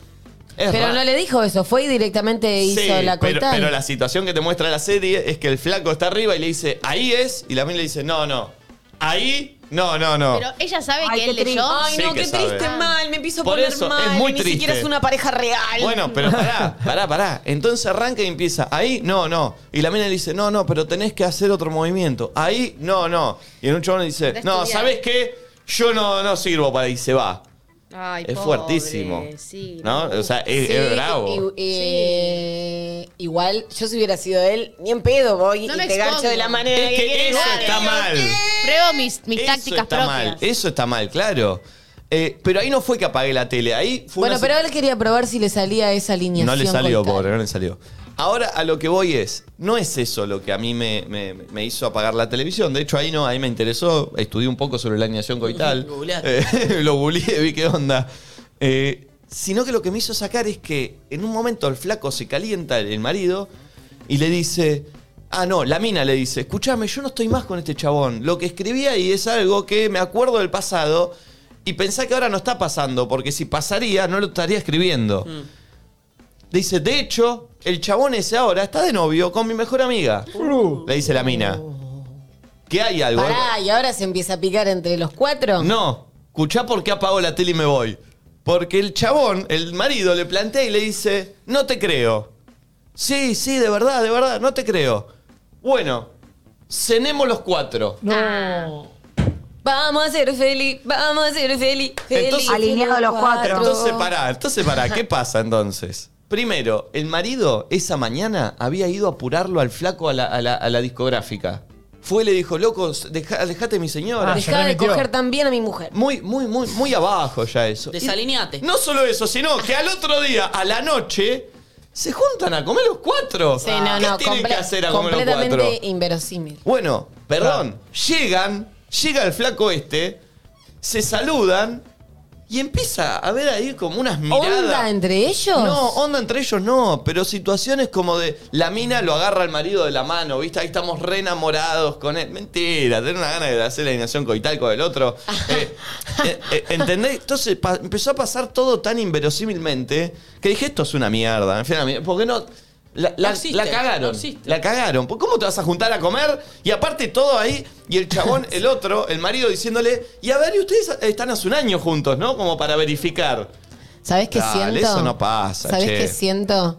Speaker 1: Es
Speaker 6: Pero
Speaker 1: raro.
Speaker 6: no le dijo eso, fue y directamente hizo
Speaker 1: Sí,
Speaker 6: la
Speaker 1: pero,
Speaker 6: coital.
Speaker 1: pero la situación que te muestra la serie es que el flaco está arriba y le dice, ahí es, y la mina le dice, no, no, ahí, no, no, no.
Speaker 13: Pero ella sabe
Speaker 6: Ay,
Speaker 13: que él
Speaker 6: qué
Speaker 13: leyó.
Speaker 6: triste.
Speaker 13: Ah.
Speaker 6: Ay,
Speaker 1: Sí
Speaker 6: no,
Speaker 1: que
Speaker 6: qué
Speaker 1: sabe.
Speaker 6: triste, mal, me empiezo a
Speaker 1: Por
Speaker 6: poner
Speaker 1: eso, es
Speaker 6: mal.
Speaker 1: muy
Speaker 6: Ni
Speaker 1: triste.
Speaker 6: siquiera es una pareja real.
Speaker 1: Bueno, pero pará, pará, pará. Entonces arranca y empieza, ahí, no, no. Y la mina le dice, no, no, pero tenés que hacer otro movimiento. Ahí, no, no. Y en un chabón le dice,
Speaker 13: De
Speaker 1: no,
Speaker 13: estudiar.
Speaker 1: ¿sabes qué? Yo no, no sirvo para ahí, se va.
Speaker 13: Ay,
Speaker 1: Es
Speaker 13: pobre,
Speaker 1: fuertísimo.
Speaker 13: Sí.
Speaker 1: ¿No? O sea, es,
Speaker 6: Sí,
Speaker 1: es bravo.
Speaker 6: y- y- eh, Igual, yo si hubiera sido él, ni en pedo voy
Speaker 13: No
Speaker 6: y
Speaker 13: me
Speaker 6: te
Speaker 13: expongo.
Speaker 6: gancho de la manera
Speaker 13: Es
Speaker 6: que,
Speaker 13: que
Speaker 6: quieres.
Speaker 1: Eso está mal.
Speaker 13: Pruebo mis, mis
Speaker 1: Eso
Speaker 13: tácticas
Speaker 1: está
Speaker 13: propias.
Speaker 1: mal, eso está mal, claro. Eh, pero ahí no fue que apagué la tele, ahí fue
Speaker 6: Bueno,
Speaker 1: una
Speaker 6: pero él quería probar si le salía esa alineación.
Speaker 1: No le salió,
Speaker 6: coital.
Speaker 1: pobre, no le salió. Ahora a lo que voy es, no es eso lo que a mí me, me- me hizo apagar la televisión. De hecho, ahí no, ahí me interesó, estudié un poco sobre la alineación coital. Eh, lo googleé, vi qué onda. Eh, sino que lo que me hizo sacar es que en un momento el flaco se calienta el el marido y le dice. Ah, no, la mina le dice, escúchame, yo no estoy más con este chabón. Lo que escribí ahí es algo que me acuerdo del pasado y pensá que ahora no está pasando, porque si pasaría, no lo estaría escribiendo. Dice, de hecho, el chabón ese ahora está de novio con mi mejor amiga. Le dice la mina. ¿Qué hay algo?
Speaker 6: Pará, y ahora se empieza a picar entre los cuatro.
Speaker 1: No, escuchá por qué apago la tele y me voy. Porque el chabón, el marido, le plantea y le dice, no te creo. Sí, sí, de verdad, de verdad, no te creo. Bueno, cenemos los cuatro.
Speaker 6: No. Ah. Vamos a ser feliz, vamos a ser feliz. feliz
Speaker 10: Alineado los cuatro.
Speaker 1: Entonces pará, entonces pará, ¿qué pasa entonces? Primero, el marido esa mañana había ido a apurarlo al flaco a la, a la- a la discográfica. Fue y le dijo, loco, deja- alejate de mi señora.
Speaker 6: Ah, Dejá de coger también a mi mujer.
Speaker 1: Muy, muy, muy, muy abajo ya eso.
Speaker 3: Desalineate.
Speaker 1: Y No solo eso, sino que al otro día, a la noche, se juntan a comer los cuatro.
Speaker 6: Sí, no,
Speaker 1: ¿Qué
Speaker 6: no,
Speaker 1: tienen que
Speaker 6: comple-
Speaker 1: hacer a comer los
Speaker 6: completamente
Speaker 1: cuatro?
Speaker 6: inverosímil.
Speaker 1: Bueno, perdón,
Speaker 6: Ah.
Speaker 1: llegan, llega el flaco este, se saludan y empieza a ver ahí como unas miradas.
Speaker 6: ¿Onda entre ellos?
Speaker 1: No, onda entre ellos no, pero situaciones como de la mina lo agarra al marido de la mano, ¿viste? Ahí estamos re enamorados con él. Mentira, tener una gana de hacer la alineación coital con el otro. Eh, eh, eh, ¿Entendés? Entonces pa- empezó a pasar todo tan inverosímilmente que dije, esto es una mierda. En fin, una mierda. ¿por qué no? La, la-
Speaker 3: No existe,
Speaker 1: la cagaron.
Speaker 3: no existe.
Speaker 1: la cagaron. ¿Por- ¿Cómo te vas a juntar a comer? Y aparte todo ahí, y el chabón, el otro, el marido diciéndole, y a ver, y ustedes están hace un año juntos, ¿no? Como para verificar.
Speaker 6: ¿Sabes qué
Speaker 1: Dale,
Speaker 6: siento?
Speaker 1: eso no pasa,
Speaker 6: ¿Sabes
Speaker 1: che.
Speaker 6: qué siento?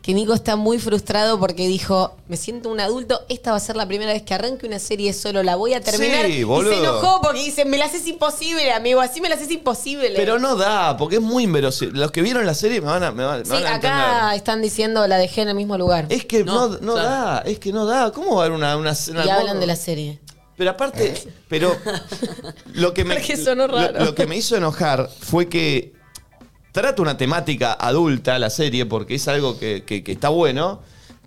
Speaker 6: Que Nico está muy frustrado porque dijo, me siento un adulto, esta va a ser la primera vez que arranque una serie solo, la voy a terminar.
Speaker 1: Sí,
Speaker 6: y
Speaker 1: boludo.
Speaker 6: se enojó porque dice, me la haces imposible, amigo, así me la haces imposible.
Speaker 1: Pero no da, porque es muy inverosímil. Los que vieron la serie me van a, me van- me
Speaker 6: sí,
Speaker 1: van a
Speaker 6: acá están diciendo, la dejé en el mismo lugar.
Speaker 1: entender. Es que no, no da, es que no da. ¿Cómo va a haber una, una, una-
Speaker 6: y hablan de la serie.
Speaker 1: Pero aparte, pero lo que me
Speaker 6: Porque sonó
Speaker 1: lo-
Speaker 6: raro.
Speaker 1: Lo, que me hizo enojar fue que trata una temática adulta la serie porque es algo que, que- que está bueno.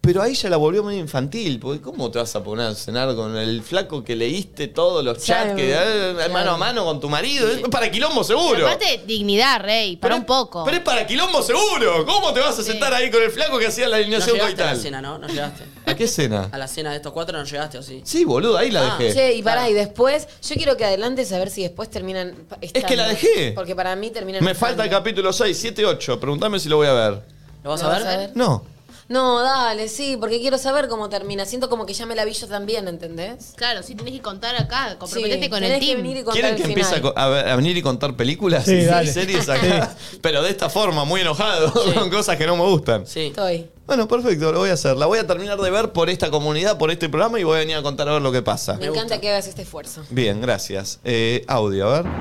Speaker 1: Pero ahí ya la volvió muy infantil, porque ¿cómo te vas a poner a cenar con el flaco que leíste todos los chats
Speaker 6: Claro,
Speaker 1: que eh, mano a mano con tu marido? Es para quilombo seguro.
Speaker 13: Aparte, dignidad, rey. Para un poco.
Speaker 1: Pero es para quilombo seguro. ¿Cómo te vas a sentar ahí con el flaco que hacía la
Speaker 3: No
Speaker 1: alineación
Speaker 3: llegaste a la
Speaker 1: coital?
Speaker 3: cena, ¿no? No llegaste.
Speaker 1: ¿A qué cena?
Speaker 3: A la cena de estos cuatro no llegaste, ¿o sí?
Speaker 1: Sí, boludo, ahí la
Speaker 3: Ah,
Speaker 1: dejé.
Speaker 6: Che, y pará, y después, yo quiero que adelantes a ver si después terminan. pa-
Speaker 1: Es que la
Speaker 6: estando.
Speaker 1: dejé.
Speaker 6: Porque para mí terminan.
Speaker 1: Me falta el capítulo 6, 7, 8. Preguntame si lo voy a ver.
Speaker 3: ¿Lo vas
Speaker 6: ¿Lo
Speaker 3: a
Speaker 6: vas
Speaker 3: ver?
Speaker 6: a ver?
Speaker 1: No.
Speaker 6: No, dale, sí, porque quiero saber cómo termina. Siento como que ya me la vi yo también, ¿entendés?
Speaker 13: Claro, sí tenés que contar acá, comprometete
Speaker 6: Sí,
Speaker 13: con
Speaker 6: tenés
Speaker 13: el
Speaker 6: que
Speaker 13: team.
Speaker 6: venir y contar
Speaker 1: ¿Quieren
Speaker 6: el
Speaker 1: que
Speaker 6: final.
Speaker 1: empiece a, co- a ver- a venir y contar películas
Speaker 4: Sí,
Speaker 1: y
Speaker 4: dale.
Speaker 1: series acá? Pero de esta forma, muy enojado, con cosas que no me gustan.
Speaker 6: Estoy.
Speaker 1: Bueno, perfecto, lo voy a hacer. La voy a terminar de ver por esta comunidad, por este programa y voy a venir a contar a ver lo que pasa.
Speaker 6: Me, encanta que hagas este esfuerzo.
Speaker 1: Bien, gracias. Eh, audio, a ver.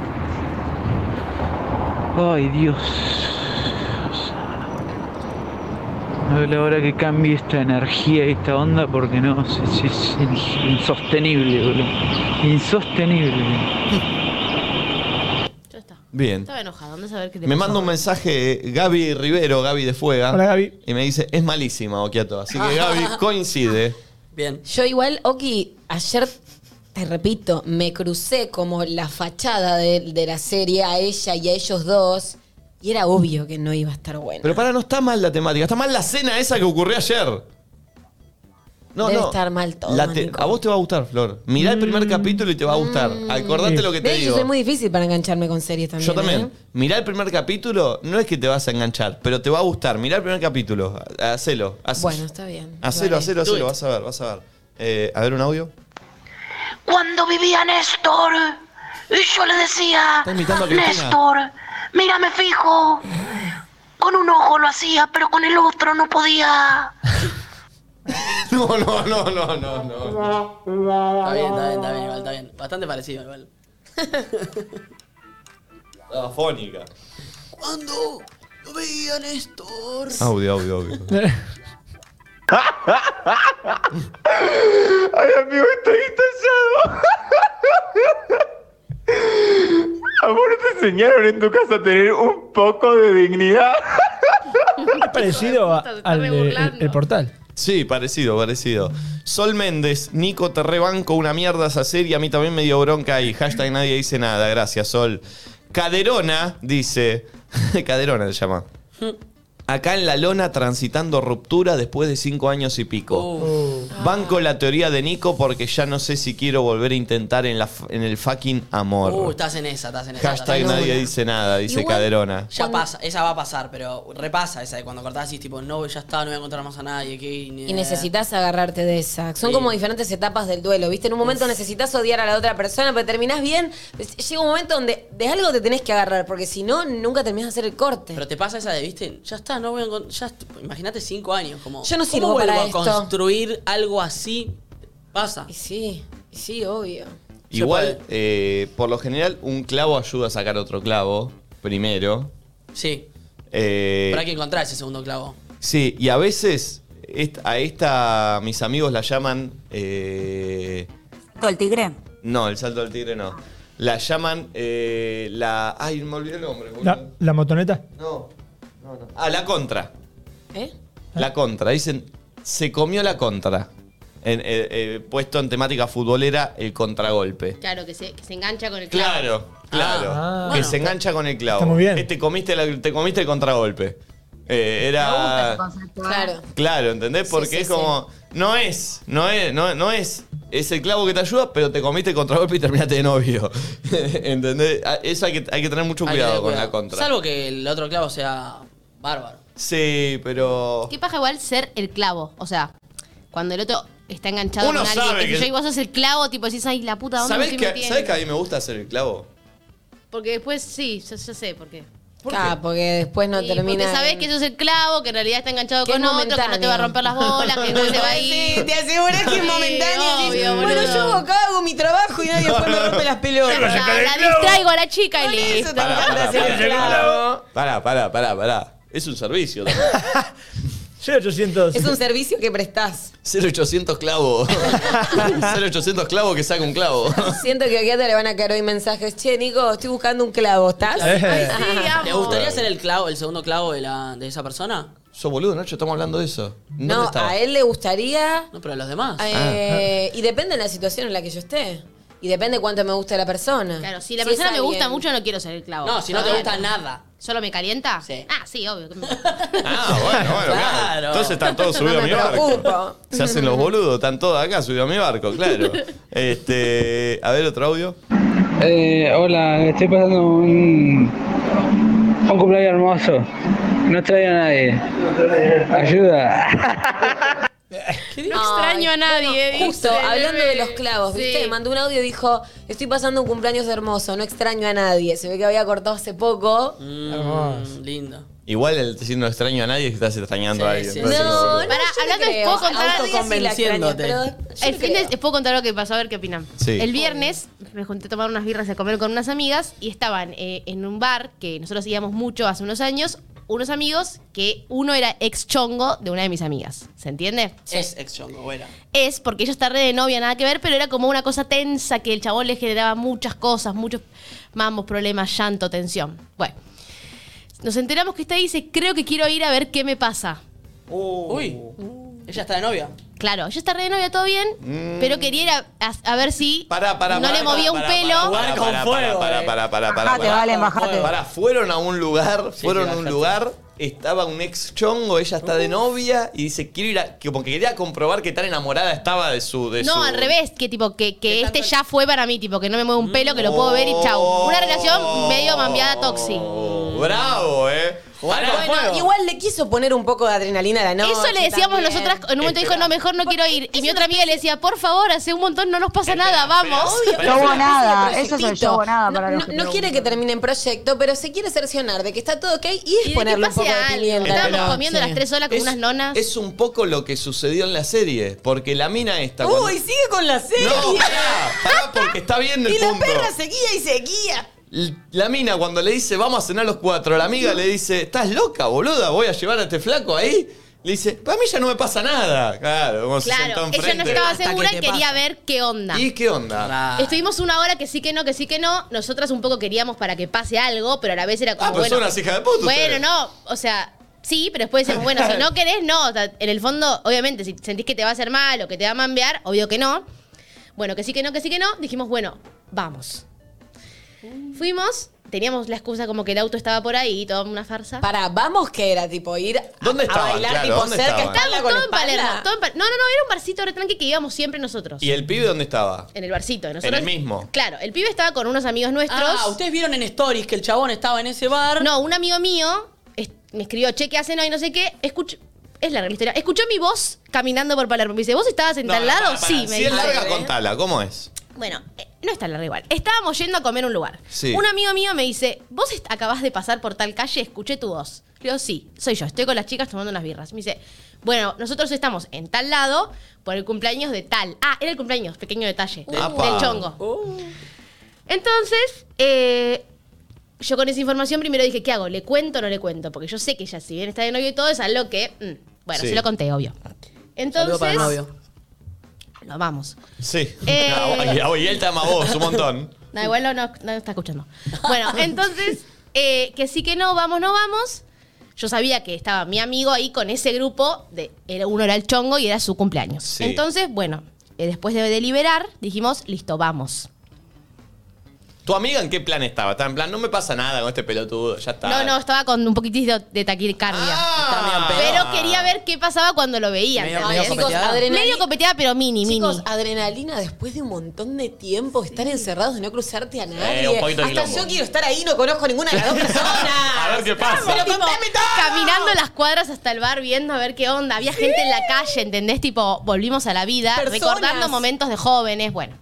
Speaker 15: Ay, Dios. No es la hora que cambie esta energía y esta onda porque no, es, es- es in- insostenible, boludo. Insostenible.
Speaker 1: Bien.
Speaker 13: Estaba enojado, no saber qué te
Speaker 1: Me
Speaker 13: pasó.
Speaker 1: manda un mensaje Gaby Rivero, Gaby de Fuega.
Speaker 13: Hola,
Speaker 1: Gaby. Y me dice, es malísima, Okiato. Así que Gaby coincide.
Speaker 3: Bien.
Speaker 6: Yo igual, Oki, ayer, te repito, me crucé como la fachada de, de la serie a ella y a ellos dos. Y era obvio que no iba a estar bueno.
Speaker 1: Pero para, no está mal la temática. Está mal la cena esa que ocurrió ayer. No,
Speaker 6: Debe
Speaker 1: no.
Speaker 6: estar mal todo. Mm.
Speaker 1: La te- a vos te va a gustar, Flor. Mirá el primer capítulo y te va a gustar. Acordate lo que te
Speaker 6: ¿Ves? Yo
Speaker 1: digo.
Speaker 6: soy muy difícil para engancharme con series también.
Speaker 1: Yo también.
Speaker 6: ¿eh?
Speaker 1: Mirá el primer capítulo, no es que te vas a enganchar, pero te va a gustar. Mirá el primer capítulo. Ha- Hacelo. Hace-
Speaker 6: Bueno, está bien.
Speaker 1: Hacelo, hacelo, hacelo. Vas a ver, vas a ver. Eh, a ver un audio.
Speaker 11: Cuando vivía Néstor, y yo le decía,
Speaker 1: Está imitando a Cristina.
Speaker 11: Néstor, mírame fijo. Con un ojo lo hacía, pero con el otro no podía.
Speaker 1: No, no, no, no, no, no.
Speaker 3: Está bien, está bien, está bien, igual, está bien. Bastante parecido, igual.
Speaker 1: Afónica.
Speaker 11: Cuando lo veía Néstor.
Speaker 1: Audio, audio, audio. Ah,
Speaker 11: Ay, amigo, estoy estallado.
Speaker 2: Amor, te enseñaron en tu casa a tener un poco de dignidad.
Speaker 4: Es parecido a- al de- el, el portal.
Speaker 1: Sí, parecido, parecido. Sol Méndez, Nico, te rebanco una mierda esa serie. A mí también me dio bronca ahí. Hashtag nadie dice nada. Gracias, Sol. Caderona dice. Caderona se llama. Acá en la lona transitando ruptura después de cinco años y pico.
Speaker 16: Eh,
Speaker 14: Oh.
Speaker 1: Banco la teoría de Nico porque ya no sé si quiero volver a intentar en, la, f- en el fucking amor.
Speaker 3: Uh, estás en esa, estás en esa. estás
Speaker 1: Hashtag
Speaker 3: en
Speaker 1: nadie
Speaker 3: esa.
Speaker 1: dice nada, dice
Speaker 3: Igual-
Speaker 1: Caderona.
Speaker 3: Ya pasa, esa va a pasar, pero repasa esa de cuando cortás y tipo, no, ya está, no voy a encontrar más a nadie. Que,
Speaker 6: Y necesitas agarrarte de esa. Son
Speaker 3: Sí.
Speaker 6: como diferentes etapas del duelo, ¿viste? En un momento necesitas odiar a la otra persona, pero terminás bien. Llega un momento donde de algo te tenés que agarrar, porque si no, nunca terminás de hacer el corte.
Speaker 3: Pero te pasa esa de, viste, ya está, no voy a encont- ya est- Imagínate cinco años, como.
Speaker 6: Yo no
Speaker 3: ¿cómo
Speaker 6: sirvo
Speaker 3: vuelvo
Speaker 6: para
Speaker 3: a
Speaker 6: esto?
Speaker 3: construir algo así. Pasa.
Speaker 6: Y sí, y sí, obvio.
Speaker 1: Igual, eh, por lo general, un clavo ayuda a sacar otro clavo primero.
Speaker 3: Sí.
Speaker 1: Eh,
Speaker 3: Pero hay que encontrar ese segundo clavo.
Speaker 1: Sí, y a veces est- a esta mis amigos la llaman. eh,
Speaker 10: ¿Todo el tigre?
Speaker 1: no, el salto del tigre no. La llaman eh, la. Ay, me olvidé el nombre, boludo.
Speaker 4: La, la motoneta.
Speaker 1: No, no, no. Ah, la contra.
Speaker 6: ¿Eh?
Speaker 1: La contra. Dicen, se comió la contra. En- eh, eh, puesto en temática futbolera, el contragolpe.
Speaker 13: Claro, que se, que se engancha con el clavo.
Speaker 1: Claro, claro. que se engancha con el clavo.
Speaker 4: Está muy bien.
Speaker 1: Eh, Te comiste, la- te comiste el contragolpe. Eh, era.
Speaker 6: Claro.
Speaker 1: Claro, ¿entendés? Porque
Speaker 6: sí,
Speaker 1: es
Speaker 6: sí.
Speaker 1: como. No es, no es, no, no es. Es el clavo que te ayuda, pero te comiste el contragolpe y terminaste de novio. ¿Entendés? A- Eso hay que, hay que tener mucho
Speaker 3: Hay que
Speaker 1: cuidado
Speaker 3: tener
Speaker 1: con la
Speaker 3: cuidado.
Speaker 1: contra.
Speaker 3: Salvo que el otro clavo sea bárbaro.
Speaker 1: Sí, pero.
Speaker 13: ¿Qué paja igual ser el clavo? O sea, cuando el otro está enganchado
Speaker 1: Uno
Speaker 13: con alguien,
Speaker 1: sabe
Speaker 13: qué sé
Speaker 1: que-
Speaker 13: yo, y vos sos el clavo, tipo decís, ay, la puta, ¿dónde
Speaker 1: ¿Sabés
Speaker 13: estoy
Speaker 1: que,
Speaker 13: metiendo?"
Speaker 1: ¿Sabés que a mí me gusta hacer el clavo?
Speaker 13: Porque después, sí, yo, yo sé por qué.
Speaker 6: Ah, porque después no
Speaker 13: Sí,
Speaker 6: termina.
Speaker 13: porque sabés que sos el clavo, que en realidad está enganchado
Speaker 6: Que
Speaker 13: con
Speaker 6: es
Speaker 13: otro, que no te va a
Speaker 6: momentáneo.
Speaker 13: romper las bolas, que no se va a ir.
Speaker 6: Sí, te asegurás que es
Speaker 13: Sí,
Speaker 6: momentáneo. y decís,
Speaker 13: obvio,
Speaker 6: bueno,
Speaker 13: boludo.
Speaker 6: yo acá hago mi trabajo y nadie después me rompe las pelotas.
Speaker 13: Ya está, la distraigo a la chica y listo.
Speaker 1: Pará, pará, pará, pará. Es un servicio también.
Speaker 4: 0800.
Speaker 6: Es un servicio que prestás.
Speaker 1: 0800 clavo. 0800 clavo que saca un clavo.
Speaker 6: Siento que aquí te le van a caer hoy mensajes. Che, Nico, estoy buscando un clavo, ¿estás?
Speaker 3: Eh, ¿Te gustaría ser el clavo, el segundo clavo de, la, de esa persona?
Speaker 1: Yo, boludo, Nacho, estamos hablando de eso. ¿Dónde
Speaker 6: No,
Speaker 1: estaba?
Speaker 6: a él le gustaría.
Speaker 3: No, pero a los demás.
Speaker 6: Eh, Y depende de la situación en la que yo esté. Y depende cuánto me guste la persona.
Speaker 13: Claro, si la persona
Speaker 6: es
Speaker 13: me gusta
Speaker 6: alguien-
Speaker 13: mucho, no quiero ser el clavo.
Speaker 3: No, si no te
Speaker 13: Ah,
Speaker 3: gusta nada.
Speaker 13: ¿Solo me calienta? Sí. Ah, sí, obvio. que me-
Speaker 1: Ah, bueno, bueno, claro.
Speaker 3: Claro.
Speaker 1: Entonces están todos subidos
Speaker 6: No
Speaker 1: a
Speaker 6: me
Speaker 1: mi barco.
Speaker 6: preocupo.
Speaker 1: Se hacen los boludos, están todos acá subidos a mi barco, claro. Este, a ver otro audio.
Speaker 15: Eh, hola, estoy pasando un, un cumpleaños hermoso.
Speaker 16: No traigo a nadie. Ayuda.
Speaker 13: No extraño a nadie. dice,
Speaker 6: Justo, hablando de los clavos,
Speaker 13: Sí.
Speaker 6: ¿viste? Mandó un audio y dijo, estoy pasando un cumpleaños hermoso, no extraño a nadie. Se ve que había cortado hace poco.
Speaker 3: Mm. Hermoso. Lindo.
Speaker 1: Igual el decir no extraño a nadie es que estás extrañando a alguien.
Speaker 3: sí,
Speaker 1: Entonces,
Speaker 6: No, no,
Speaker 13: Pará,
Speaker 6: yo
Speaker 13: hablando
Speaker 6: le
Speaker 13: de-
Speaker 6: creo.
Speaker 13: ¿puedo contar?
Speaker 6: Autoconvenciéndote.
Speaker 13: El fin de- ¿Puedo contar lo que pasó? A ver qué opinan.
Speaker 6: Sí.
Speaker 13: El viernes me junté a tomar unas birras y a comer con unas amigas y estaban eh, en un bar que nosotros íbamos mucho hace unos años, unos amigos que uno era ex chongo de una de mis amigas. ¿Se entiende?
Speaker 3: Es ex chongo, buena.
Speaker 13: es porque ella está re de novia, nada que ver, pero era como una cosa tensa que el chabón le generaba muchas cosas, muchos mambos, problemas, llanto, tensión. Bueno, nos enteramos que esta dice, creo que quiero ir a ver qué me pasa.
Speaker 14: Uh.
Speaker 3: Uy. Ella está de novia.
Speaker 13: Claro, ella está re de novia, todo bien,
Speaker 1: Mm.
Speaker 13: pero quería ir a, a- a ver si no le movía un pelo.
Speaker 1: Para, para, para, para, para, para, para,
Speaker 13: Bajate,
Speaker 1: para.
Speaker 13: Valen, bajate.
Speaker 1: Para, fueron a un lugar, fueron a un
Speaker 13: bajate.
Speaker 1: lugar, estaba un ex chongo, ella está de novia y dice, quiero ir a, que como que quería comprobar que tan enamorada estaba de su... De
Speaker 13: no,
Speaker 1: su-
Speaker 13: al revés, que tipo, que, que este ya fue para mí, tipo, que no me mueve un pelo, que lo puedo ver y chau. Una relación medio mambiada toxi.
Speaker 1: Oh. Bravo, eh. Pará.
Speaker 13: Ah,
Speaker 6: Bueno, igual le quiso poner un poco de adrenalina a la noche.
Speaker 13: Eso le decíamos
Speaker 6: también.
Speaker 13: nosotras, en un momento dijo, no, mejor no quiero ir. Y mi otra amiga le decía, por favor, hace un montón, no nos pasa nada, vamos.
Speaker 6: Obvio,
Speaker 10: hubo
Speaker 6: es una
Speaker 10: nada,
Speaker 6: especie de
Speaker 10: eso es el
Speaker 6: proyectito.
Speaker 10: yo hubo nada para
Speaker 6: no,
Speaker 10: los
Speaker 6: no-
Speaker 10: que
Speaker 6: no quiere que termine en proyecto, pero se quiere cercionar de que está todo ok y es ponerle un
Speaker 13: pase
Speaker 6: poco de
Speaker 13: algo.
Speaker 6: pimienta.
Speaker 13: Estábamos
Speaker 6: Pero-
Speaker 13: comiendo
Speaker 6: sí.
Speaker 13: las tres solas con unas nonas.
Speaker 1: Es un poco lo que sucedió en la serie, porque la mina esta... cuando-
Speaker 6: Uy, sigue con la serie.
Speaker 1: No, pará, pará, porque está bien el
Speaker 6: y la
Speaker 1: punto.
Speaker 6: perra seguía y seguía.
Speaker 1: La mina cuando le dice, vamos a cenar los cuatro, la amiga le dice, ¿estás loca, boluda? ¿Voy a llevar a este flaco ahí? Le dice, para mí ya no me pasa nada. Claro, como se sentó
Speaker 13: Claro, ella no
Speaker 1: enfrente.
Speaker 13: estaba segura y quería ver qué onda.
Speaker 1: ¿Y qué onda?
Speaker 13: Estuvimos una hora que sí que no, que sí que no. Nosotras un poco queríamos para que pase algo, pero a la vez era como.
Speaker 1: Ah, pues
Speaker 13: bueno,
Speaker 1: son unas hijas de puta
Speaker 13: Bueno,
Speaker 1: ustedes.
Speaker 13: no, o sea. Sí, pero después decimos, bueno, si no querés, no. O sea, en el fondo, obviamente, si sentís que te va a hacer mal o que te va a mambear, obvio que no. Bueno, que sí, que no, que sí, que no. Dijimos, bueno, vamos. Fuimos, teníamos la excusa como que el auto estaba por ahí, toda una farsa.
Speaker 6: Para, vamos que era tipo ir
Speaker 1: ¿Dónde
Speaker 6: a
Speaker 1: estaban?
Speaker 6: bailar
Speaker 1: Claro,
Speaker 6: tipo
Speaker 1: ¿dónde
Speaker 6: cerca,
Speaker 1: estaban?
Speaker 6: espalda con
Speaker 13: todo en
Speaker 6: espalda.
Speaker 13: Palermo. todo en Pal- no, no, no, era un barcito retranque que íbamos siempre nosotros.
Speaker 1: ¿Y el pibe dónde estaba?
Speaker 13: En el barcito. Nosotros,
Speaker 1: el mismo?
Speaker 13: Claro, el pibe estaba con unos amigos nuestros.
Speaker 3: Ah, ustedes vieron en stories que el chabón estaba en ese bar.
Speaker 13: No, un amigo mío es- me escribió, che, ¿qué hacen hoy? No sé qué. Escuch- es larga la historia. Escuchó mi voz caminando por Palermo. Me dice, ¿vos estabas en
Speaker 1: No,
Speaker 13: tal
Speaker 1: no,
Speaker 13: lado?
Speaker 1: pará, pará.
Speaker 13: sí, me
Speaker 1: Si es
Speaker 13: dice.
Speaker 1: larga, contala, ¿cómo es?
Speaker 13: Bueno, eh, no es tan larga igual. Estábamos yendo a comer a un lugar.
Speaker 1: Sí.
Speaker 13: Un amigo mío me dice, ¿vos est- acabás de pasar por tal calle? Escuché tu voz. Le digo, sí, soy yo. Estoy con las chicas tomando unas birras. Me dice, bueno, nosotros estamos en tal lado por el cumpleaños de tal. Ah, era el cumpleaños, pequeño detalle. Del,
Speaker 1: Apa.
Speaker 13: del chongo.
Speaker 3: Uh.
Speaker 13: Entonces, eh, yo con esa información primero dije, ¿qué hago? ¿Le cuento o no le cuento? Porque yo sé que ella, si bien está de novio y todo, es algo que. mm, bueno,
Speaker 1: Sí.
Speaker 13: se lo conté, obvio. Entonces.
Speaker 3: Saludo para el novio.
Speaker 13: Lo vamos.
Speaker 1: Sí.
Speaker 13: Eh.
Speaker 1: Ah, y él te ama a vos, un montón.
Speaker 13: No, igual no, no, no está escuchando. Bueno, entonces, eh, que sí que no, vamos, no vamos. Yo sabía que estaba mi amigo ahí con ese grupo, de, era- uno era el chongo y era su cumpleaños.
Speaker 11: Sí.
Speaker 13: Entonces, bueno, eh, después de deliberar, dijimos, listo, vamos.
Speaker 1: ¿Tu amiga en qué plan estaba? Estaba en plan, no me pasa nada con este pelotudo, ya está.
Speaker 13: No, no, estaba con un poquitito de taquicardia.
Speaker 6: Ah.
Speaker 13: pero quería ver qué pasaba cuando lo veía.
Speaker 6: Medio-
Speaker 13: ¿entendés?
Speaker 6: medio copeteada. adrenalina.
Speaker 13: Medio copeteada, pero mini,
Speaker 6: Chicos,
Speaker 13: mini.
Speaker 6: adrenalina después de un montón de tiempo, estar encerrados y no cruzarte a nadie.
Speaker 1: un poquito de
Speaker 6: Hasta
Speaker 1: quilombo.
Speaker 6: yo quiero estar ahí, no conozco ninguna de las dos personas.
Speaker 1: A ver qué pasa.
Speaker 13: Tipo, caminando las cuadras hasta el bar, viendo a ver qué onda. Había gente en la calle, ¿entendés? Tipo, volvimos a la vida,
Speaker 6: Personas.
Speaker 13: recordando momentos de jóvenes. Bueno.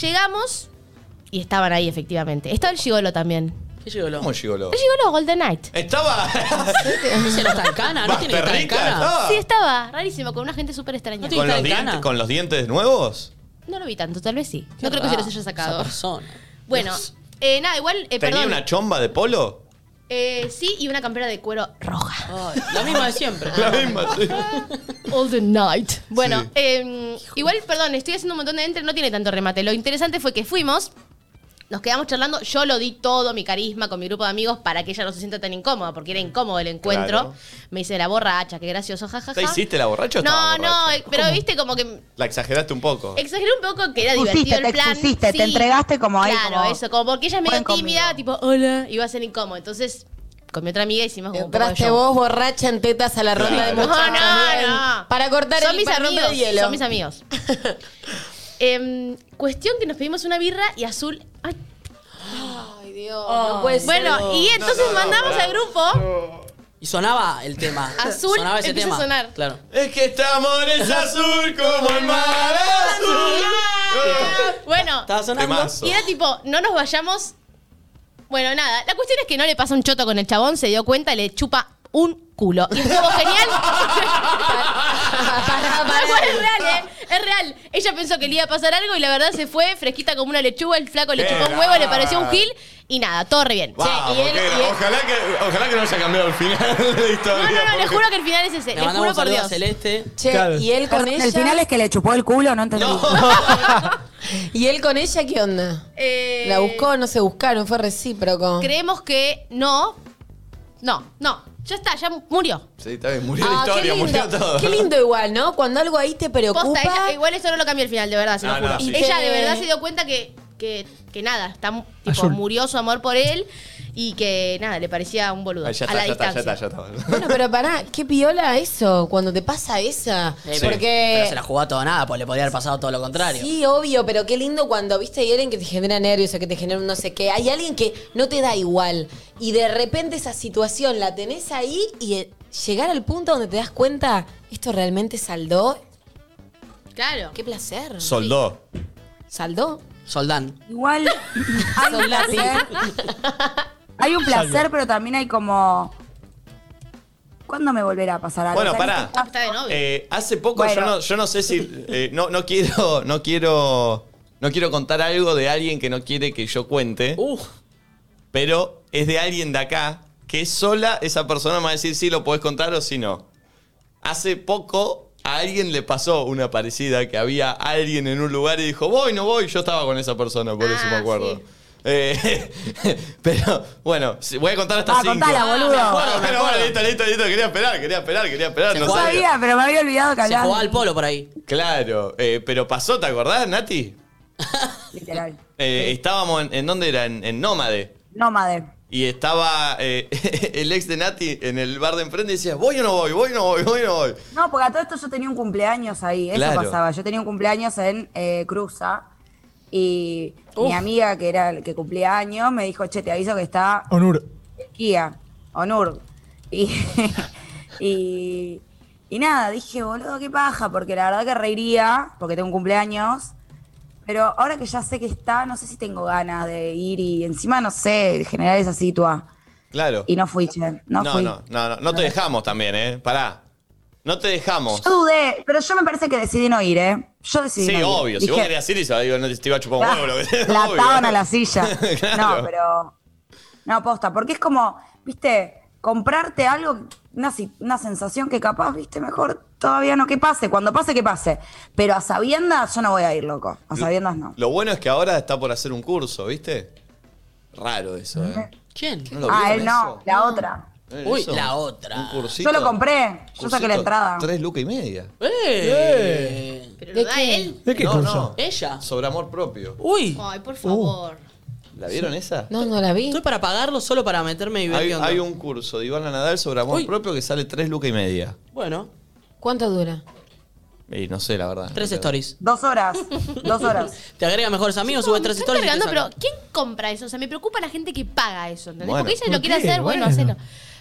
Speaker 13: Llegamos y estaban ahí, efectivamente. Estaba el Gigolo también.
Speaker 3: ¿Qué llegó lo?
Speaker 1: ¿Cómo llegó lo?
Speaker 13: El Gigolo Golden Knight.
Speaker 1: Estaba.
Speaker 3: ¿Se lo está en cana? ¿No tiene que estar en
Speaker 1: Basterrica,
Speaker 3: cana?
Speaker 1: estaba.
Speaker 13: Sí, estaba rarísimo, con una gente súper extraña. No,
Speaker 1: ¿Con los, dientes, ¿Con los dientes nuevos?
Speaker 13: lo vi tanto, tal vez sí.
Speaker 3: Qué
Speaker 13: No creo que se los
Speaker 3: raro,
Speaker 13: haya
Speaker 3: esa
Speaker 13: sacado.
Speaker 3: persona.
Speaker 13: Bueno, eh, nada, igual, eh,
Speaker 1: ¿Tenía
Speaker 13: perdón.
Speaker 1: una chomba de polo?
Speaker 13: Eh, sí, y una campera de cuero roja.
Speaker 3: La misma de siempre.
Speaker 1: La misma, sí.
Speaker 13: All the night. Bueno,
Speaker 1: Sí.
Speaker 13: eh, igual, perdón, estoy haciendo un montón de entre, no tiene tanto remate. Lo interesante fue que fuimos, nos quedamos charlando, yo lo di todo mi carisma con mi grupo de amigos para que ella no se sienta tan incómoda, porque era incómodo el encuentro.
Speaker 1: Claro.
Speaker 13: Me hice la borracha, qué gracioso, jajaja.
Speaker 1: ¿Te hiciste la borracha o
Speaker 13: No,
Speaker 1: estabas
Speaker 13: no,
Speaker 1: borracha?
Speaker 13: eh, pero viste como que
Speaker 1: La exageraste un poco.
Speaker 13: Exageré un poco que era
Speaker 10: Pusiste,
Speaker 13: divertido el
Speaker 10: te
Speaker 13: plan.
Speaker 10: expusiste, te entregaste como ahí,
Speaker 13: Claro,
Speaker 10: como,
Speaker 13: eso, como porque ella es medio tímida, tipo, hola, iba a ser incómodo. Entonces, con mi otra amiga hicimos como un poco de
Speaker 6: Entraste
Speaker 13: show.
Speaker 6: vos borracha en tetas a la ronda de
Speaker 13: No,
Speaker 6: muchachos. bien.
Speaker 13: no, no.
Speaker 6: Para cortar
Speaker 13: son
Speaker 6: el
Speaker 13: mis
Speaker 6: para romper
Speaker 13: amigos,
Speaker 6: el hielo.
Speaker 13: Son mis amigos. Em, cuestión que nos pedimos una birra y Azul. Ay,
Speaker 6: Dios,
Speaker 13: Oh. bueno, y entonces mandamos al grupo.
Speaker 3: Y sonaba el tema.
Speaker 13: Azul
Speaker 3: sonaba ese
Speaker 13: empieza
Speaker 3: tema.
Speaker 13: a sonar.
Speaker 3: Claro.
Speaker 1: Es que este amor es azul como el mar azul.
Speaker 13: Bueno,
Speaker 3: Estaba sonando.
Speaker 1: Temazo.
Speaker 13: y era tipo, no nos vayamos. Bueno, nada. La cuestión es que no le pasa un choto con el chabón, se dio cuenta, le chupa un culo. Y estuvo genial.
Speaker 1: Ah,
Speaker 13: Tal cual, es real, ¿eh? Es real. Ella pensó que le iba a pasar algo y la verdad se fue fresquita como una lechuga. El flaco le
Speaker 1: Qué
Speaker 13: chupó un huevo, le pareció un
Speaker 1: grave.
Speaker 13: gil y nada, todo re bien.
Speaker 1: Vamos,
Speaker 13: Sí, y él-
Speaker 1: que-
Speaker 13: y él-
Speaker 1: ojalá, que, ojalá que no haya cambiado el final de la historia.
Speaker 13: No, no, no, les
Speaker 1: porque-
Speaker 13: juro que el final es ese.
Speaker 3: Le
Speaker 13: Les
Speaker 3: mandamos
Speaker 13: juro
Speaker 3: un
Speaker 13: por
Speaker 3: saludo a
Speaker 13: Dios.
Speaker 3: Celeste.
Speaker 6: Che, y él con
Speaker 10: Perdón,
Speaker 6: ella.
Speaker 10: El final es que le chupó el culo, no entendí.
Speaker 6: ¿Y él con ella qué onda?
Speaker 13: Eh,
Speaker 6: ¿La buscó? ¿No se buscaron? ¿Fue recíproco?
Speaker 13: Creemos que no. No, no. Ya está, ya murió.
Speaker 1: Sí, está bien, murió la
Speaker 6: Ah, qué
Speaker 1: historia,
Speaker 6: lindo.
Speaker 1: murió todo.
Speaker 6: Qué lindo igual, ¿no? Cuando algo ahí te preocupa.
Speaker 13: Posta, ella- igual eso no lo cambió el final, de verdad, se lo
Speaker 1: No,
Speaker 13: juro.
Speaker 1: no, sí.
Speaker 13: Ella
Speaker 6: Que-
Speaker 13: de verdad se dio cuenta que, que, que nada, está, mu- tipo,
Speaker 1: Azul.
Speaker 13: murió su amor por él y que nada, le parecía un boludo.
Speaker 1: Ah, ya
Speaker 13: a la
Speaker 1: está, ya está, ya está,
Speaker 13: distancia.
Speaker 1: ya está.
Speaker 6: Bueno, pero pará, qué piola eso, cuando te pasa esa.
Speaker 3: Eh, pero- Pero
Speaker 6: Porque.
Speaker 3: se la jugó a todo nada, pues le podía haber pasado todo lo contrario.
Speaker 6: Sí, obvio, pero qué lindo cuando viste a alguien que te genera nervios o que te genera un no sé qué. Hay alguien que no te da igual. Y de repente esa situación la tenés ahí y eh, llegar al punto donde te das cuenta, esto realmente saldó.
Speaker 13: Claro.
Speaker 6: Qué placer.
Speaker 1: Soldó.
Speaker 6: ¿Saldó?
Speaker 3: Soldán.
Speaker 10: Igual hay un
Speaker 6: Soldati.
Speaker 10: placer. Hay un placer,
Speaker 3: Salve.
Speaker 10: pero también hay como. ¿Cuándo me volverá a pasar algo?
Speaker 1: Bueno,
Speaker 10: O sea,
Speaker 1: pará.
Speaker 13: Está de novio.
Speaker 1: Eh, hace poco yo,
Speaker 10: Bueno.
Speaker 1: no, yo no sé si. eh, no, no quiero. No quiero. No quiero contar algo de alguien que no quiere que yo cuente. Pero es de alguien de acá que sola esa persona me va a decir si lo podés contar o si no. Hace poco a alguien le pasó una parecida que había alguien en un lugar y dijo, voy, no voy. Yo estaba con esa persona, por
Speaker 13: Ah,
Speaker 1: eso me acuerdo. Eh, pero bueno, si- voy a contar hasta
Speaker 10: Ah,
Speaker 1: cinco.
Speaker 10: contala, boludo. Ah,
Speaker 1: Me acuerdo,
Speaker 10: Me
Speaker 1: pero bueno, listo, listo, listo. Quería esperar, quería esperar, quería esperar. no
Speaker 10: Yo
Speaker 1: sabía.
Speaker 10: sabía, pero me había olvidado que
Speaker 1: Se
Speaker 10: hablaba.
Speaker 1: jugaba al
Speaker 3: polo por ahí.
Speaker 1: Claro, eh, pero pasó, ¿te acordás, Nati?
Speaker 10: Literal.
Speaker 1: Eh, Estábamos en, ¿en dónde era? En, en Nómade.
Speaker 10: Nómade.
Speaker 1: Y estaba eh, el ex de Nati en el bar de enfrente y decía, voy o no voy, voy o no voy, voy o no voy.
Speaker 10: No, porque a todo esto yo tenía un cumpleaños ahí, eso
Speaker 1: Claro.
Speaker 10: pasaba. Yo tenía un cumpleaños en eh, Cruza y mi amiga, que era el que cumplía años, me dijo, che, te aviso que está
Speaker 4: Onur.
Speaker 10: Kia, Onur. Y, y, y nada, dije, boludo, qué paja, porque la verdad que reiría, porque tengo un cumpleaños. Pero ahora que ya sé que está, no sé si tengo ganas de ir y encima, no sé, generar esa situa.
Speaker 1: Claro.
Speaker 10: Y no fui, che, no,
Speaker 1: no,
Speaker 10: fui.
Speaker 1: no, no, no, no te dejamos también, ¿eh? Pará. No te dejamos.
Speaker 10: Yo dudé, pero yo me parece que decidí no ir, ¿eh? Yo decidí
Speaker 1: Sí,
Speaker 10: no ir.
Speaker 1: obvio. Si
Speaker 10: Dije, Ah,
Speaker 1: vos querías ir, Isabel, digo, no te te iba a chupar un huevo. Lo que sea,
Speaker 10: La
Speaker 1: obvio.
Speaker 10: ataban a la silla.
Speaker 1: Claro.
Speaker 10: No, pero. No, posta, porque es como, viste, comprarte algo, una, si- una sensación que capaz, viste, mejor todavía no que pase. Cuando pase, que pase. Pero a sabiendas yo no voy a ir, loco. A sabiendas no.
Speaker 1: Lo bueno es que ahora está por hacer un curso, ¿viste? Raro eso, ¿eh?
Speaker 3: ¿Quién?
Speaker 1: ¿No lo
Speaker 10: ah,
Speaker 1: vieron
Speaker 10: él no, la otra.
Speaker 1: Eh,
Speaker 3: Uy,
Speaker 1: eso.
Speaker 3: la otra.
Speaker 1: Un cursito.
Speaker 10: Yo lo compré, yo saqué la
Speaker 1: Cursito,
Speaker 10: entrada.
Speaker 1: Tres lucas y media.
Speaker 3: ¡Eh!
Speaker 13: ¿Pero lo da él?
Speaker 4: ¿De qué
Speaker 1: no,
Speaker 4: curso? Uh,
Speaker 1: no.
Speaker 3: ¿Ella?
Speaker 1: Sobre amor propio.
Speaker 3: Uy.
Speaker 13: Ay, por favor.
Speaker 1: ¿La vieron esa?
Speaker 6: Uh. No, no la vi.
Speaker 3: Estoy para pagarlo solo para meterme y ver
Speaker 1: Hay,
Speaker 3: qué onda.
Speaker 1: hay un curso de Ivana Nadal sobre amor
Speaker 3: Uy.
Speaker 1: propio que sale tres lucas y media.
Speaker 3: Bueno,
Speaker 6: ¿Cuánto dura?
Speaker 1: Y no sé, la verdad.
Speaker 3: tres stories.
Speaker 10: Dos horas, dos horas.
Speaker 3: Te agrega mejores amigos, sube tres
Speaker 13: Me estás
Speaker 3: stories. y te
Speaker 13: cargando,
Speaker 3: saca.
Speaker 13: pero ¿quién compra eso? O sea, me preocupa la gente que paga eso, ¿entendés?
Speaker 1: Bueno.
Speaker 13: Porque ella
Speaker 4: ¿Por
Speaker 13: lo quiere
Speaker 4: qué?
Speaker 13: hacer, bueno,
Speaker 4: Bueno.
Speaker 13: hacelo.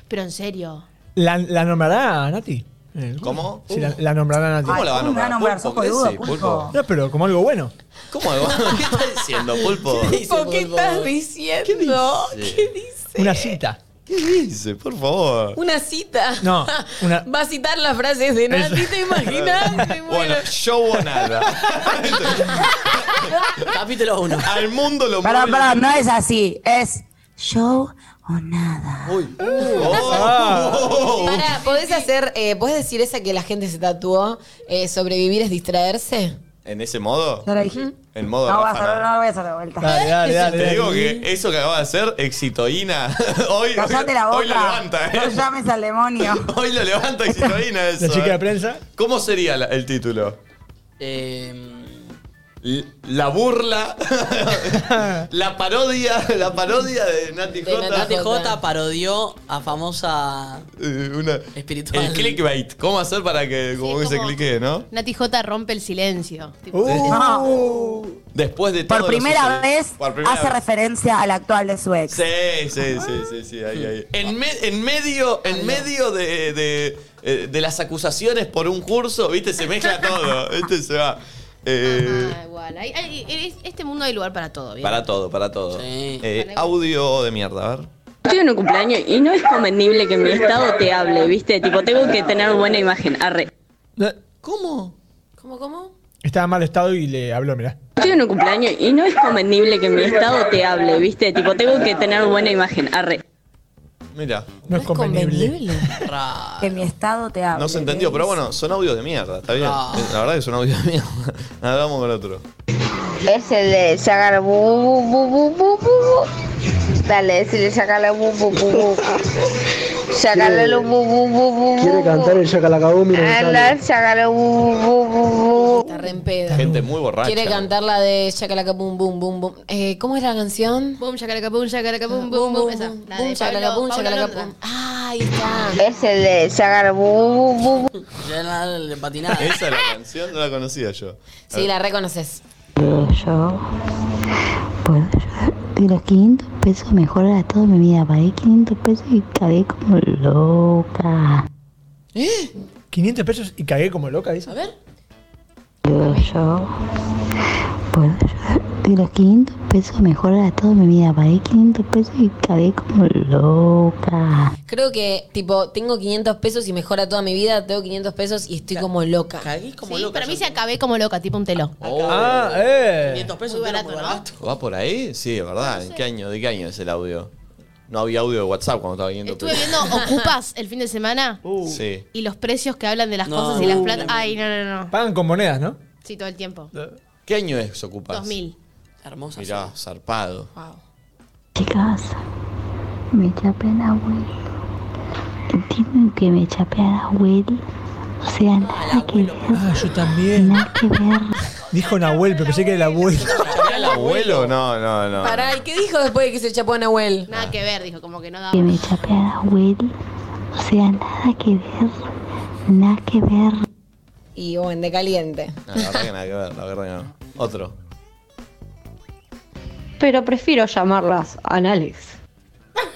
Speaker 13: Pero en serio.
Speaker 4: ¿La, la nombrará Nati? Eh,
Speaker 1: ¿Cómo?
Speaker 4: Sí, la, la nombrará Nati.
Speaker 1: ¿Cómo la va a
Speaker 10: Ay, ¿cómo me va
Speaker 1: nombrar?
Speaker 10: a nombrar?
Speaker 1: Pulpo,
Speaker 10: Sos boludo,
Speaker 1: crece,
Speaker 10: pulpo.
Speaker 4: No, pero como algo bueno.
Speaker 1: ¿Cómo hago? ¿Qué estás diciendo, Pulpo?
Speaker 6: ¿Qué estás diciendo? ¿Qué
Speaker 1: dice?
Speaker 4: Una cita.
Speaker 1: ¿Qué dice? Por favor.
Speaker 6: Una cita.
Speaker 4: No, una-
Speaker 6: Va a citar las frases de Nati, ¿te imaginas? Me muero.
Speaker 1: Bueno, yo o nada.
Speaker 3: Capítulo 1.
Speaker 1: Al mundo lo
Speaker 10: Pará,
Speaker 1: mueve.
Speaker 10: pará, no es así. Es show o nada.
Speaker 1: Uy. Oh.
Speaker 6: Pará, ¿podés hacer, eh, podés decir esa que la gente se tatuó? eh, ¿Sobrevivir es distraerse?
Speaker 1: ¿En ese modo?
Speaker 10: Ya la dije.
Speaker 1: En modo
Speaker 10: No voy a
Speaker 1: Rafa
Speaker 10: hacer,
Speaker 1: Nadal.
Speaker 10: no voy a hacer la vuelta.
Speaker 4: Dale, dale, dale.
Speaker 1: Te
Speaker 4: dale.
Speaker 1: digo que eso que acaba de hacer, exitoína, hoy,
Speaker 10: Cállate la boca.
Speaker 1: hoy lo levanta,
Speaker 10: No
Speaker 1: ¿eh?
Speaker 10: llames al demonio.
Speaker 1: Hoy lo levanta exitoína eso.
Speaker 4: La chica de
Speaker 1: ¿eh?
Speaker 4: prensa.
Speaker 1: ¿Cómo sería la- el título?
Speaker 3: Eh,
Speaker 1: l- la burla, la parodia, la parodia de Nati J.
Speaker 3: Nati J parodió a famosa
Speaker 1: Eh, una-
Speaker 3: espiritual.
Speaker 1: el clickbait. ¿Cómo hacer para que, como que se clique, no?
Speaker 13: Nati J rompe el silencio. Tipo,
Speaker 10: "Uh,
Speaker 1: Después de
Speaker 10: Por
Speaker 1: todo lo
Speaker 10: Uh, primera
Speaker 1: sucedido-
Speaker 10: vez
Speaker 1: por primera
Speaker 10: hace
Speaker 1: vez.
Speaker 10: referencia al actual de su ex.
Speaker 1: Sí, sí, sí, sí, sí, ahí, ahí. En, me- en medio, en medio de, de- eh, de las acusaciones por un curso, viste, se mezcla todo. Este se va. Eh,
Speaker 13: ah, igual. Hay- hay- en este mundo hay lugar para todo, ¿bien?
Speaker 1: para todo, para todo. Eh, audio de mierda, a ver.
Speaker 17: Estoy en un cumpleaños y no es convenible que mi estado te hable, ¿viste? Tipo, tengo que tener buena imagen. Arre.
Speaker 1: ¿Cómo?
Speaker 6: ¿Cómo, cómo?
Speaker 4: Estaba en mal estado y le habló, mirá.
Speaker 17: Estoy en un cumpleaños y no es convenible que mi estado te hable, ¿viste? Tipo, tengo que tener buena imagen. Arre.
Speaker 1: Mira.
Speaker 4: No es
Speaker 6: convenible.
Speaker 10: Que mi estado te hable.
Speaker 1: No se entendió, pero bueno, son audios de mierda, está bien.
Speaker 10: Ah.
Speaker 1: Eh, La verdad que son audios de mierda. Ahora vamos con otro.
Speaker 18: Es el de sacar bu, bu, bu, bu, bu, bu, bu. Dale, decirle sacarle bu, bu, bu, bu. Sacarle lo bu, bu, bu, bu, bu.
Speaker 7: Quiere cantar el Chacalacabumi.
Speaker 14: Ah,
Speaker 18: Hablar, sacarle bu, bu, bu, bu, bu.
Speaker 6: Está re en pedo.
Speaker 1: Gente muy borracha.
Speaker 6: Quiere cantar la de Shakalaka Boom Boom Boom Boom. Eh, ¿Cómo es la canción?
Speaker 13: Boom, shakalaka, boom, shakalaka, boom,
Speaker 6: Boom,
Speaker 13: boom, boom.
Speaker 6: boom,
Speaker 13: Esa.
Speaker 6: boom,
Speaker 13: La
Speaker 6: boom,
Speaker 13: de
Speaker 6: shakalaka,
Speaker 13: Pablo,
Speaker 6: boom,
Speaker 13: Paula
Speaker 6: shakalaka,
Speaker 13: Londra.
Speaker 6: boom. Ah, ahí está.
Speaker 18: Es el de sacar bu, bu, bu, bu.
Speaker 3: Ya era el de patinada.
Speaker 1: Esa la canción no la conocía yo. A
Speaker 6: Sí,
Speaker 1: ver.
Speaker 6: la reconoces.
Speaker 14: Yo puedo ayudar. De los 500 pesos mejorará toda mi vida. Pagué 500 pesos y cagué como loca.
Speaker 4: ¿Eh? 500 pesos y cagué como loca, dice.
Speaker 6: A ver.
Speaker 14: Yo, yo puedo ayudar. De los 500 pesos mejorará toda mi vida. Pagué 500 pesos y cagué como loca.
Speaker 6: Creo que, tipo, tengo 500 pesos y mejora toda mi vida. Tengo 500 pesos y estoy como loca.
Speaker 13: Sí, para mí se acabé como loca, tipo un teló.
Speaker 1: Ah,
Speaker 4: eh.
Speaker 3: 500 pesos muy barato, ¿no?
Speaker 1: ¿Va por ahí? Sí, es verdad. ¿En qué año? ¿De qué año es el audio? No había audio de WhatsApp cuando estaba viendo.
Speaker 13: Estuve
Speaker 1: pero-
Speaker 13: viendo Ocupas el fin de semana
Speaker 10: Uh.
Speaker 1: Sí.
Speaker 13: y los precios que hablan de las
Speaker 1: No.
Speaker 13: cosas y las
Speaker 1: Uh.
Speaker 13: plata. Ay, no, no, no.
Speaker 4: Pagan con monedas, ¿no?
Speaker 13: Sí, todo el tiempo.
Speaker 1: ¿Qué año es Ocupas?
Speaker 13: 2000.
Speaker 3: Hermosa.
Speaker 1: Mirá, zarpado.
Speaker 14: Chicas, me chapé al abuelo. Entienden que me chapé al abuelo. O sea, nada que ver.
Speaker 4: Ah, yo también.
Speaker 14: Nada que ver.
Speaker 4: Dijo Nahuel, pero pensé que era el abuelo.
Speaker 1: ¿El abuelo? No, no, no.
Speaker 6: Pará, ¿y qué dijo después de que se chapó a Nahuel?
Speaker 13: Nada que ver, dijo, como que no daba.
Speaker 14: que me chapé a Nahuel. O sea, nada que ver. Nada que ver.
Speaker 6: Y bueno, de caliente.
Speaker 1: No, Ah, la verdad que nada que ver, la verdad que no. Otro.
Speaker 19: Pero prefiero llamarlas anales.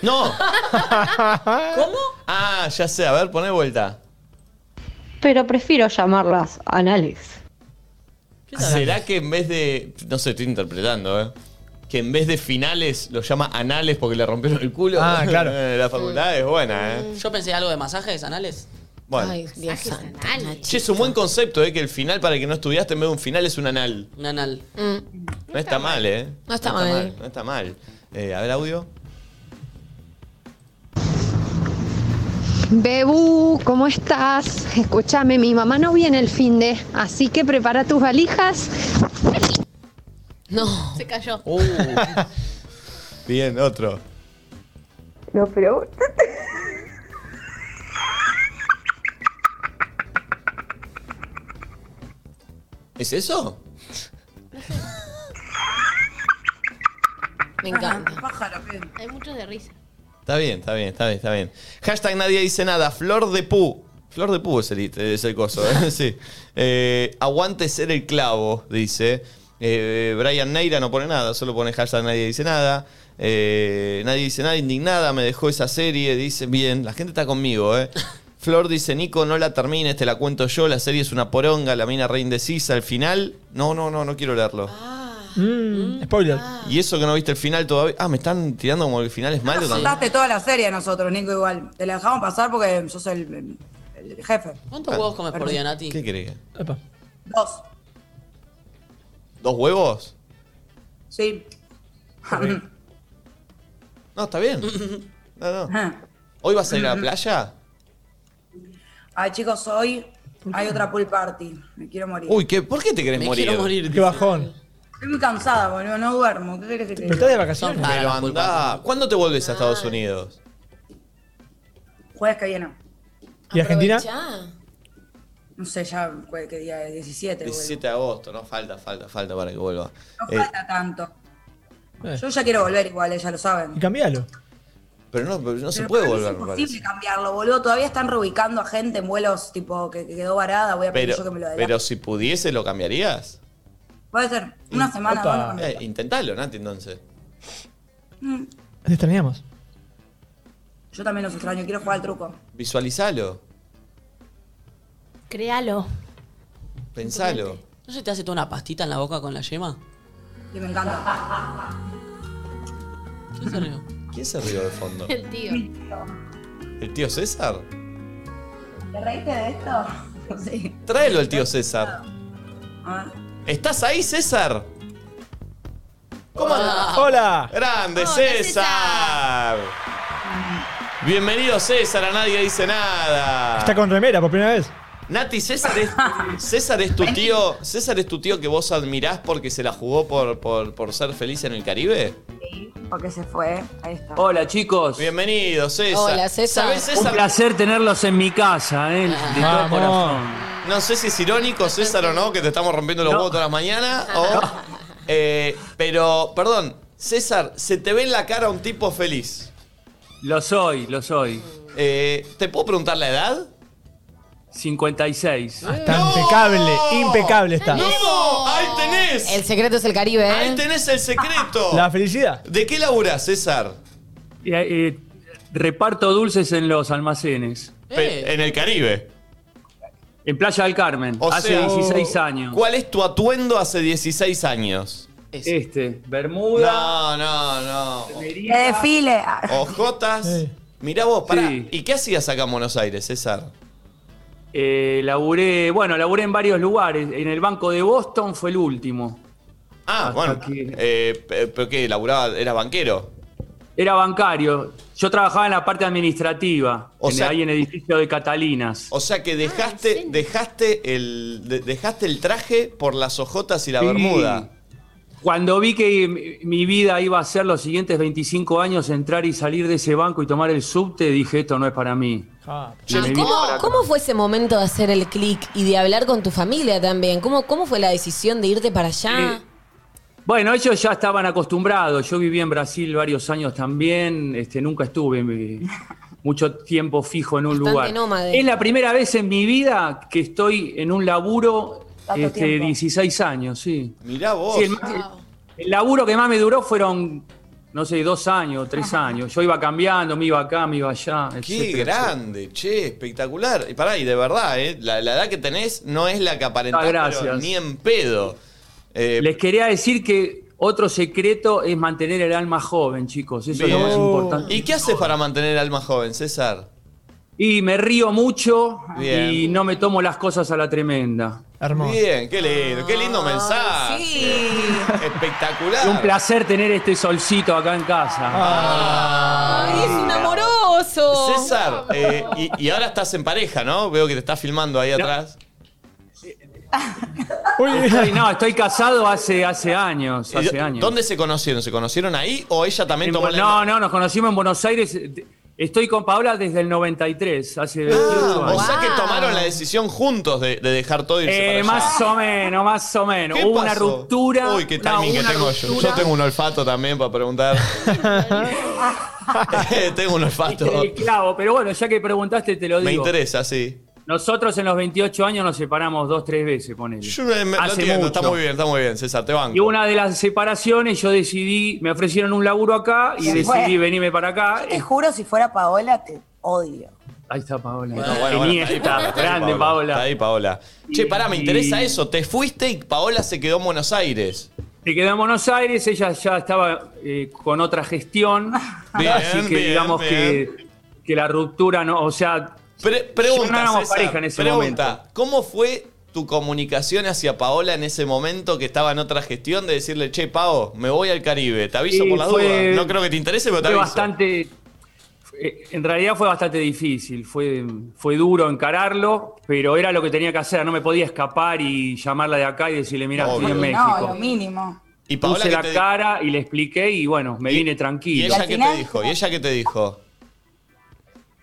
Speaker 1: ¡No! ¿Cómo? Ah, ya sé, a ver, poné vuelta.
Speaker 19: Pero prefiero llamarlas anales.
Speaker 1: ¿Será que en vez de. No sé, estoy interpretando, ¿eh? Que en vez de finales lo llama anales porque le rompieron el culo.
Speaker 4: Ah, claro.
Speaker 1: la facultad es buena,
Speaker 6: Mm.
Speaker 1: ¿eh?
Speaker 3: Yo pensé algo de masajes anales.
Speaker 1: Bueno.
Speaker 6: Dios santo.
Speaker 1: Che, es un buen concepto, ¿eh? Que el final para el que no estudiaste en vez de un final es un anal.
Speaker 3: Un anal.
Speaker 13: Mm.
Speaker 1: No está mal, ¿eh?
Speaker 6: No está mal.
Speaker 1: No está mal. Eh, a ver, audio.
Speaker 19: Bebu, ¿cómo estás? Escúchame, mi mamá no viene el fin de, así que prepara tus valijas.
Speaker 6: No.
Speaker 13: Se cayó.
Speaker 10: Uh.
Speaker 1: Bien, otro.
Speaker 19: No, pero
Speaker 1: ¿Es eso?
Speaker 6: Me encanta.
Speaker 13: Hay muchos de risa.
Speaker 1: Está bien, está bien, está bien, está bien. Hashtag nadie dice nada. Flor de Pú. Flor de Pú es el, es el coso, ¿eh? sí. Eh, aguante ser el clavo, dice. Eh, Brian Neira no pone nada, solo pone hashtag nadie dice nada. Eh, nadie dice nada, indignada, me dejó esa serie, dice. Bien, la gente está conmigo, ¿eh? Flor dice, Nico, no la termines, te la cuento yo, la serie es una poronga, la mina re indecisa, al final... No, no, no, no quiero leerlo.
Speaker 4: Mm, spoiler.
Speaker 1: Y eso que no viste el final todavía... Ah, me están tirando como que el final es malo
Speaker 10: Nos
Speaker 1: también.
Speaker 10: contaste toda la serie a nosotros, Nico, igual. Te la dejamos pasar porque sos el, el jefe.
Speaker 3: ¿Cuántos huevos comes por día, Nati?
Speaker 1: Ah, ¿Qué crees?
Speaker 10: Dos.
Speaker 1: ¿Dos huevos?
Speaker 10: Sí.
Speaker 1: No, está bien. No, no. ¿Hoy vas a ir a la playa?
Speaker 10: Ay, chicos, hoy hay otra pool party. Me quiero morir.
Speaker 1: Uy, ¿qué, ¿por qué te querés
Speaker 10: Me
Speaker 1: morir?
Speaker 10: quiero morir,
Speaker 4: Qué bajón.
Speaker 10: Estoy muy cansada, boludo. No duermo. ¿Qué querés que te diga?
Speaker 1: Pero andá. ¿Cuándo te vuelves a Estados Unidos?
Speaker 10: Jueves que viene.
Speaker 4: ¿Y Argentina?
Speaker 10: No sé ya cuál- qué día es, 17. vuelvo.
Speaker 1: 17 de agosto, no falta, falta, falta para que vuelva.
Speaker 10: No
Speaker 1: Eh,
Speaker 10: falta tanto. Yo ya quiero volver igual, eh, ya lo saben.
Speaker 1: cambialo. Pero no, pero no se
Speaker 10: Pero
Speaker 1: puede
Speaker 10: para mí
Speaker 1: volver,
Speaker 10: Es
Speaker 1: me
Speaker 10: imposible
Speaker 1: parece.
Speaker 10: cambiarlo, boludo. Todavía están reubicando a gente en vuelos tipo que, que quedó varada. Voy a pedir yo que
Speaker 1: Pero,
Speaker 10: me lo adelante.
Speaker 1: pero si pudiese, ¿lo cambiarías?
Speaker 10: Puede ser
Speaker 20: Mm,
Speaker 10: una semana. dos, no,
Speaker 1: Eh, intentalo, Nati, entonces.
Speaker 4: Te extrañamos.
Speaker 10: Mm, Yo también los extraño, quiero jugar al truco.
Speaker 1: Visualizalo,
Speaker 13: Créalo.
Speaker 1: pensalo.
Speaker 3: ¿No se te hace toda una pastita en la boca con la yema?
Speaker 10: Y me encanta.
Speaker 3: ¿Quién se rió?
Speaker 1: ¿Quién se rió de fondo?
Speaker 13: El tío.
Speaker 1: ¿El tío César?
Speaker 10: ¿Te reíste de esto? Sí.
Speaker 1: Tráelo al tío César.
Speaker 10: A ver.
Speaker 1: ¿Estás ahí, César? ¿Cómo andás?
Speaker 4: Hola.
Speaker 1: Grande,
Speaker 4: Hola,
Speaker 1: César. Bienvenido, César, a nadie dice nada.
Speaker 4: Está con remera por primera vez.
Speaker 1: Nati, César es, César es tu tío. César es tu tío que vos admirás porque se la jugó por, por, por ser feliz en el Caribe.
Speaker 10: Porque se fue. Ahí está.
Speaker 20: Hola chicos.
Speaker 1: Bienvenido, César.
Speaker 10: Hola, César.
Speaker 1: ¿Sabés,
Speaker 20: Un
Speaker 1: César?
Speaker 20: placer tenerlos en mi casa, ¿eh? De todo
Speaker 1: Vamos.
Speaker 20: corazón.
Speaker 1: No sé si es irónico, César, o no, que te estamos rompiendo los huevos todas las mañanas. o- eh, pero, perdón, César, se te ve en la cara un tipo feliz. Eh,
Speaker 20: Lo soy, lo soy.
Speaker 1: ¿Te puedo preguntar la edad?
Speaker 20: 56.
Speaker 4: Está impecable, impecable está.
Speaker 1: ¡Ahí tenés!
Speaker 6: El secreto es el Caribe, ¿eh?
Speaker 1: Ahí tenés el secreto.
Speaker 4: La felicidad.
Speaker 1: ¿De qué laburás, César?
Speaker 20: Eh, eh, reparto dulces en los almacenes.
Speaker 10: Eh.
Speaker 1: Pe- En el Caribe.
Speaker 20: En Playa del Carmen,
Speaker 1: O
Speaker 20: hace
Speaker 1: sea,
Speaker 20: 16 años.
Speaker 1: ¿Cuál es tu atuendo hace 16 años?
Speaker 20: Este, Bermuda.
Speaker 1: No, no, no.
Speaker 10: ¡Qué desfile! Ah,
Speaker 1: Ojotas. Mirá vos, pará. ¿Y qué hacías acá en Buenos Aires, César?
Speaker 20: Eh, laburé, bueno, laburé en varios lugares. En el Banco de Boston fue el último.
Speaker 1: Ah, bueno. eh, pe- ¿Pero qué? ¿Laburaba? ¿Eras banquero?
Speaker 20: Era bancario. Yo trabajaba en la parte administrativa,
Speaker 1: O
Speaker 20: en-
Speaker 1: sea-
Speaker 20: ahí en el edificio de Catalinas.
Speaker 1: O sea que dejaste, dejaste, el, de- dejaste el traje por las ojotas y la
Speaker 20: Sí.
Speaker 1: bermuda.
Speaker 20: Cuando vi que mi- mi vida iba a ser los siguientes 25 años entrar y salir de ese banco y tomar el subte, dije, esto no es para mí.
Speaker 6: Che,
Speaker 20: Me vine
Speaker 6: ¿cómo,
Speaker 20: para acá.
Speaker 6: cómo fue ese momento de hacer el clic y de hablar con tu familia también? ¿Cómo, cómo fue la decisión de irte para
Speaker 1: Eh,
Speaker 6: allá?
Speaker 20: Bueno, ellos ya estaban acostumbrados. Yo viví en Brasil varios años también. Este, nunca estuve eh, mucho tiempo fijo en un
Speaker 6: Bastante
Speaker 20: lugar.
Speaker 6: nómade.
Speaker 20: Es la primera vez en mi vida que estoy en un laburo
Speaker 6: Tanto
Speaker 20: este,
Speaker 6: tiempo.
Speaker 20: 16 años, sí.
Speaker 1: Mirá vos.
Speaker 20: Sí, el, más- el laburo que más me duró fueron, no sé, dos años, tres años. Yo iba cambiando, me iba acá, me iba allá.
Speaker 1: Qué
Speaker 20: etcétera,
Speaker 1: grande, che, espectacular. Y pará, y de verdad, eh, la, la edad que tenés no es la que aparentás,
Speaker 20: Ah,
Speaker 1: pero
Speaker 20: gracias.
Speaker 1: ni en pedo. Eh,
Speaker 20: Les quería decir que otro secreto es mantener el alma joven, chicos. Eso es lo
Speaker 1: Bien.
Speaker 20: más importante.
Speaker 1: ¿Y qué haces para mantener el alma joven, César?
Speaker 20: Y me río mucho
Speaker 1: Bien.
Speaker 20: y no me tomo las cosas a la tremenda.
Speaker 1: Bien, qué lindo, qué lindo mensaje. Espectacular.
Speaker 20: Un placer tener este solcito acá en casa.
Speaker 1: Ah.
Speaker 6: ¡Ay, es un amoroso!
Speaker 1: César, eh, y, y ahora estás en pareja, ¿no? Veo que te estás filmando ahí atrás.
Speaker 20: Estoy- no, estoy casado hace, hace años.
Speaker 1: Eh,
Speaker 20: Hace años.
Speaker 1: ¿Dónde se conocieron? ¿Se conocieron ahí o ella también
Speaker 20: En
Speaker 1: tomó
Speaker 20: Bu-
Speaker 1: la
Speaker 20: no, no, nos conocimos en Buenos Aires. eh, Estoy con Paola desde el 93, hace 28
Speaker 1: Ah, O
Speaker 20: años.
Speaker 1: sea que tomaron la decisión juntos de, de dejar todo y irse
Speaker 20: Eh,
Speaker 1: para allá.
Speaker 20: más o menos, más o menos.
Speaker 1: ¿Qué
Speaker 20: Hubo una
Speaker 1: pasó?
Speaker 20: ruptura.
Speaker 1: Uy, qué
Speaker 20: no,
Speaker 1: timing que
Speaker 20: una
Speaker 1: tengo yo. Yo
Speaker 20: ruptura.
Speaker 1: tengo un olfato también para preguntar. tengo un olfato.
Speaker 20: Eh, claro, pero bueno, ya que preguntaste, te lo digo.
Speaker 1: Me interesa, sí.
Speaker 20: Nosotros en los 28 años nos separamos dos, tres veces, ponele.
Speaker 1: Yo me- me- lo
Speaker 20: Hace
Speaker 1: entiendo,
Speaker 20: mucho.
Speaker 1: está muy bien, está muy bien, César, te
Speaker 20: Y
Speaker 1: banco.
Speaker 20: una de las separaciones, yo decidí, me ofrecieron un laburo acá y
Speaker 10: Se
Speaker 20: decidí
Speaker 10: fue.
Speaker 20: venirme para acá.
Speaker 10: Te juro, si fuera Paola, te odio.
Speaker 20: Ahí está Paola.
Speaker 1: Bueno, bueno, bueno, está ahí,
Speaker 20: Genial,
Speaker 1: Paola, está ahí,
Speaker 20: grande Paola.
Speaker 1: Está ahí, Paola. Che, pará, me
Speaker 20: Y-
Speaker 1: interesa eso. Te fuiste y Paola se quedó en Buenos Aires.
Speaker 20: Se quedó en Buenos Aires, ella ya estaba eh, con otra gestión.
Speaker 1: Bien,
Speaker 20: así que
Speaker 1: bien,
Speaker 20: digamos Que, que la ruptura no, o sea,
Speaker 1: Pregunta,
Speaker 20: ya no éramos
Speaker 1: César,
Speaker 20: pareja en ese
Speaker 1: pregunta,
Speaker 20: momento.
Speaker 1: ¿cómo fue tu comunicación hacia Paola en ese momento que estaba en otra gestión de decirle, che, Pao, me voy al Caribe, te aviso
Speaker 20: Sí,
Speaker 1: por las
Speaker 20: Eh, fue-
Speaker 1: dudas? No creo que te interese, pero te
Speaker 20: Fue
Speaker 1: aviso.
Speaker 20: bastante. eh, En realidad fue bastante difícil, fue, fue duro encararlo, pero era lo que tenía que hacer, no me podía escapar y llamarla de acá y decirle, mira, estoy en
Speaker 10: Porque
Speaker 20: México.
Speaker 10: no, lo mínimo.
Speaker 1: Y Paola,
Speaker 20: Puse
Speaker 1: ¿qué
Speaker 20: la
Speaker 1: te di-
Speaker 20: cara y le expliqué y bueno, me vine tranquilo.
Speaker 1: ¿Y ella qué te dijo? ¿Y ella qué te dijo?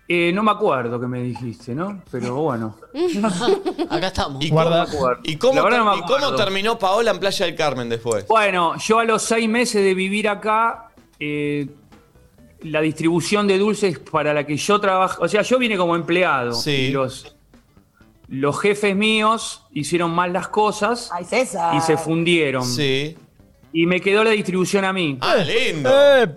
Speaker 20: Eh, no me acuerdo que me dijiste, ¿no? Pero bueno.
Speaker 3: Acá estamos.
Speaker 1: ¿Y
Speaker 20: Guarda.
Speaker 1: cómo, y cómo
Speaker 20: La verdad no me
Speaker 1: ter- y cómo
Speaker 20: acuerdo.
Speaker 1: terminó Paola en Playa del Carmen después?
Speaker 20: Bueno, yo a los seis meses de vivir acá, eh, la distribución de dulces para la que yo trabajo, o sea, yo vine como empleado. Y los, los jefes míos hicieron mal las cosas y se fundieron.
Speaker 1: Sí.
Speaker 20: Y me quedó la distribución a mí.
Speaker 1: Ah, lindo.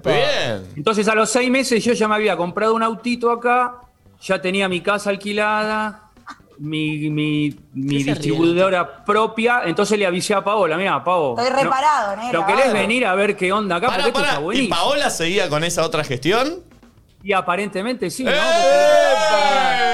Speaker 1: Bien.
Speaker 20: Entonces a los seis meses yo ya me había comprado un autito acá, ya tenía mi casa alquilada, mi, mi- mi
Speaker 10: ¿Qué se
Speaker 20: distribuidora propia, entonces le avisé a Paola, mira, Pao.
Speaker 10: Estoy
Speaker 20: no-
Speaker 10: reparado, nena.
Speaker 20: ¿Lo querés
Speaker 10: Claro.
Speaker 20: venir a ver qué onda acá?
Speaker 1: Pará,
Speaker 20: porque esto
Speaker 1: pará.
Speaker 20: está
Speaker 1: ¿Y
Speaker 20: buenísimo.
Speaker 1: Paola seguía con esa otra gestión?
Speaker 20: Y aparentemente sí, ¿no?
Speaker 1: ¡Eh!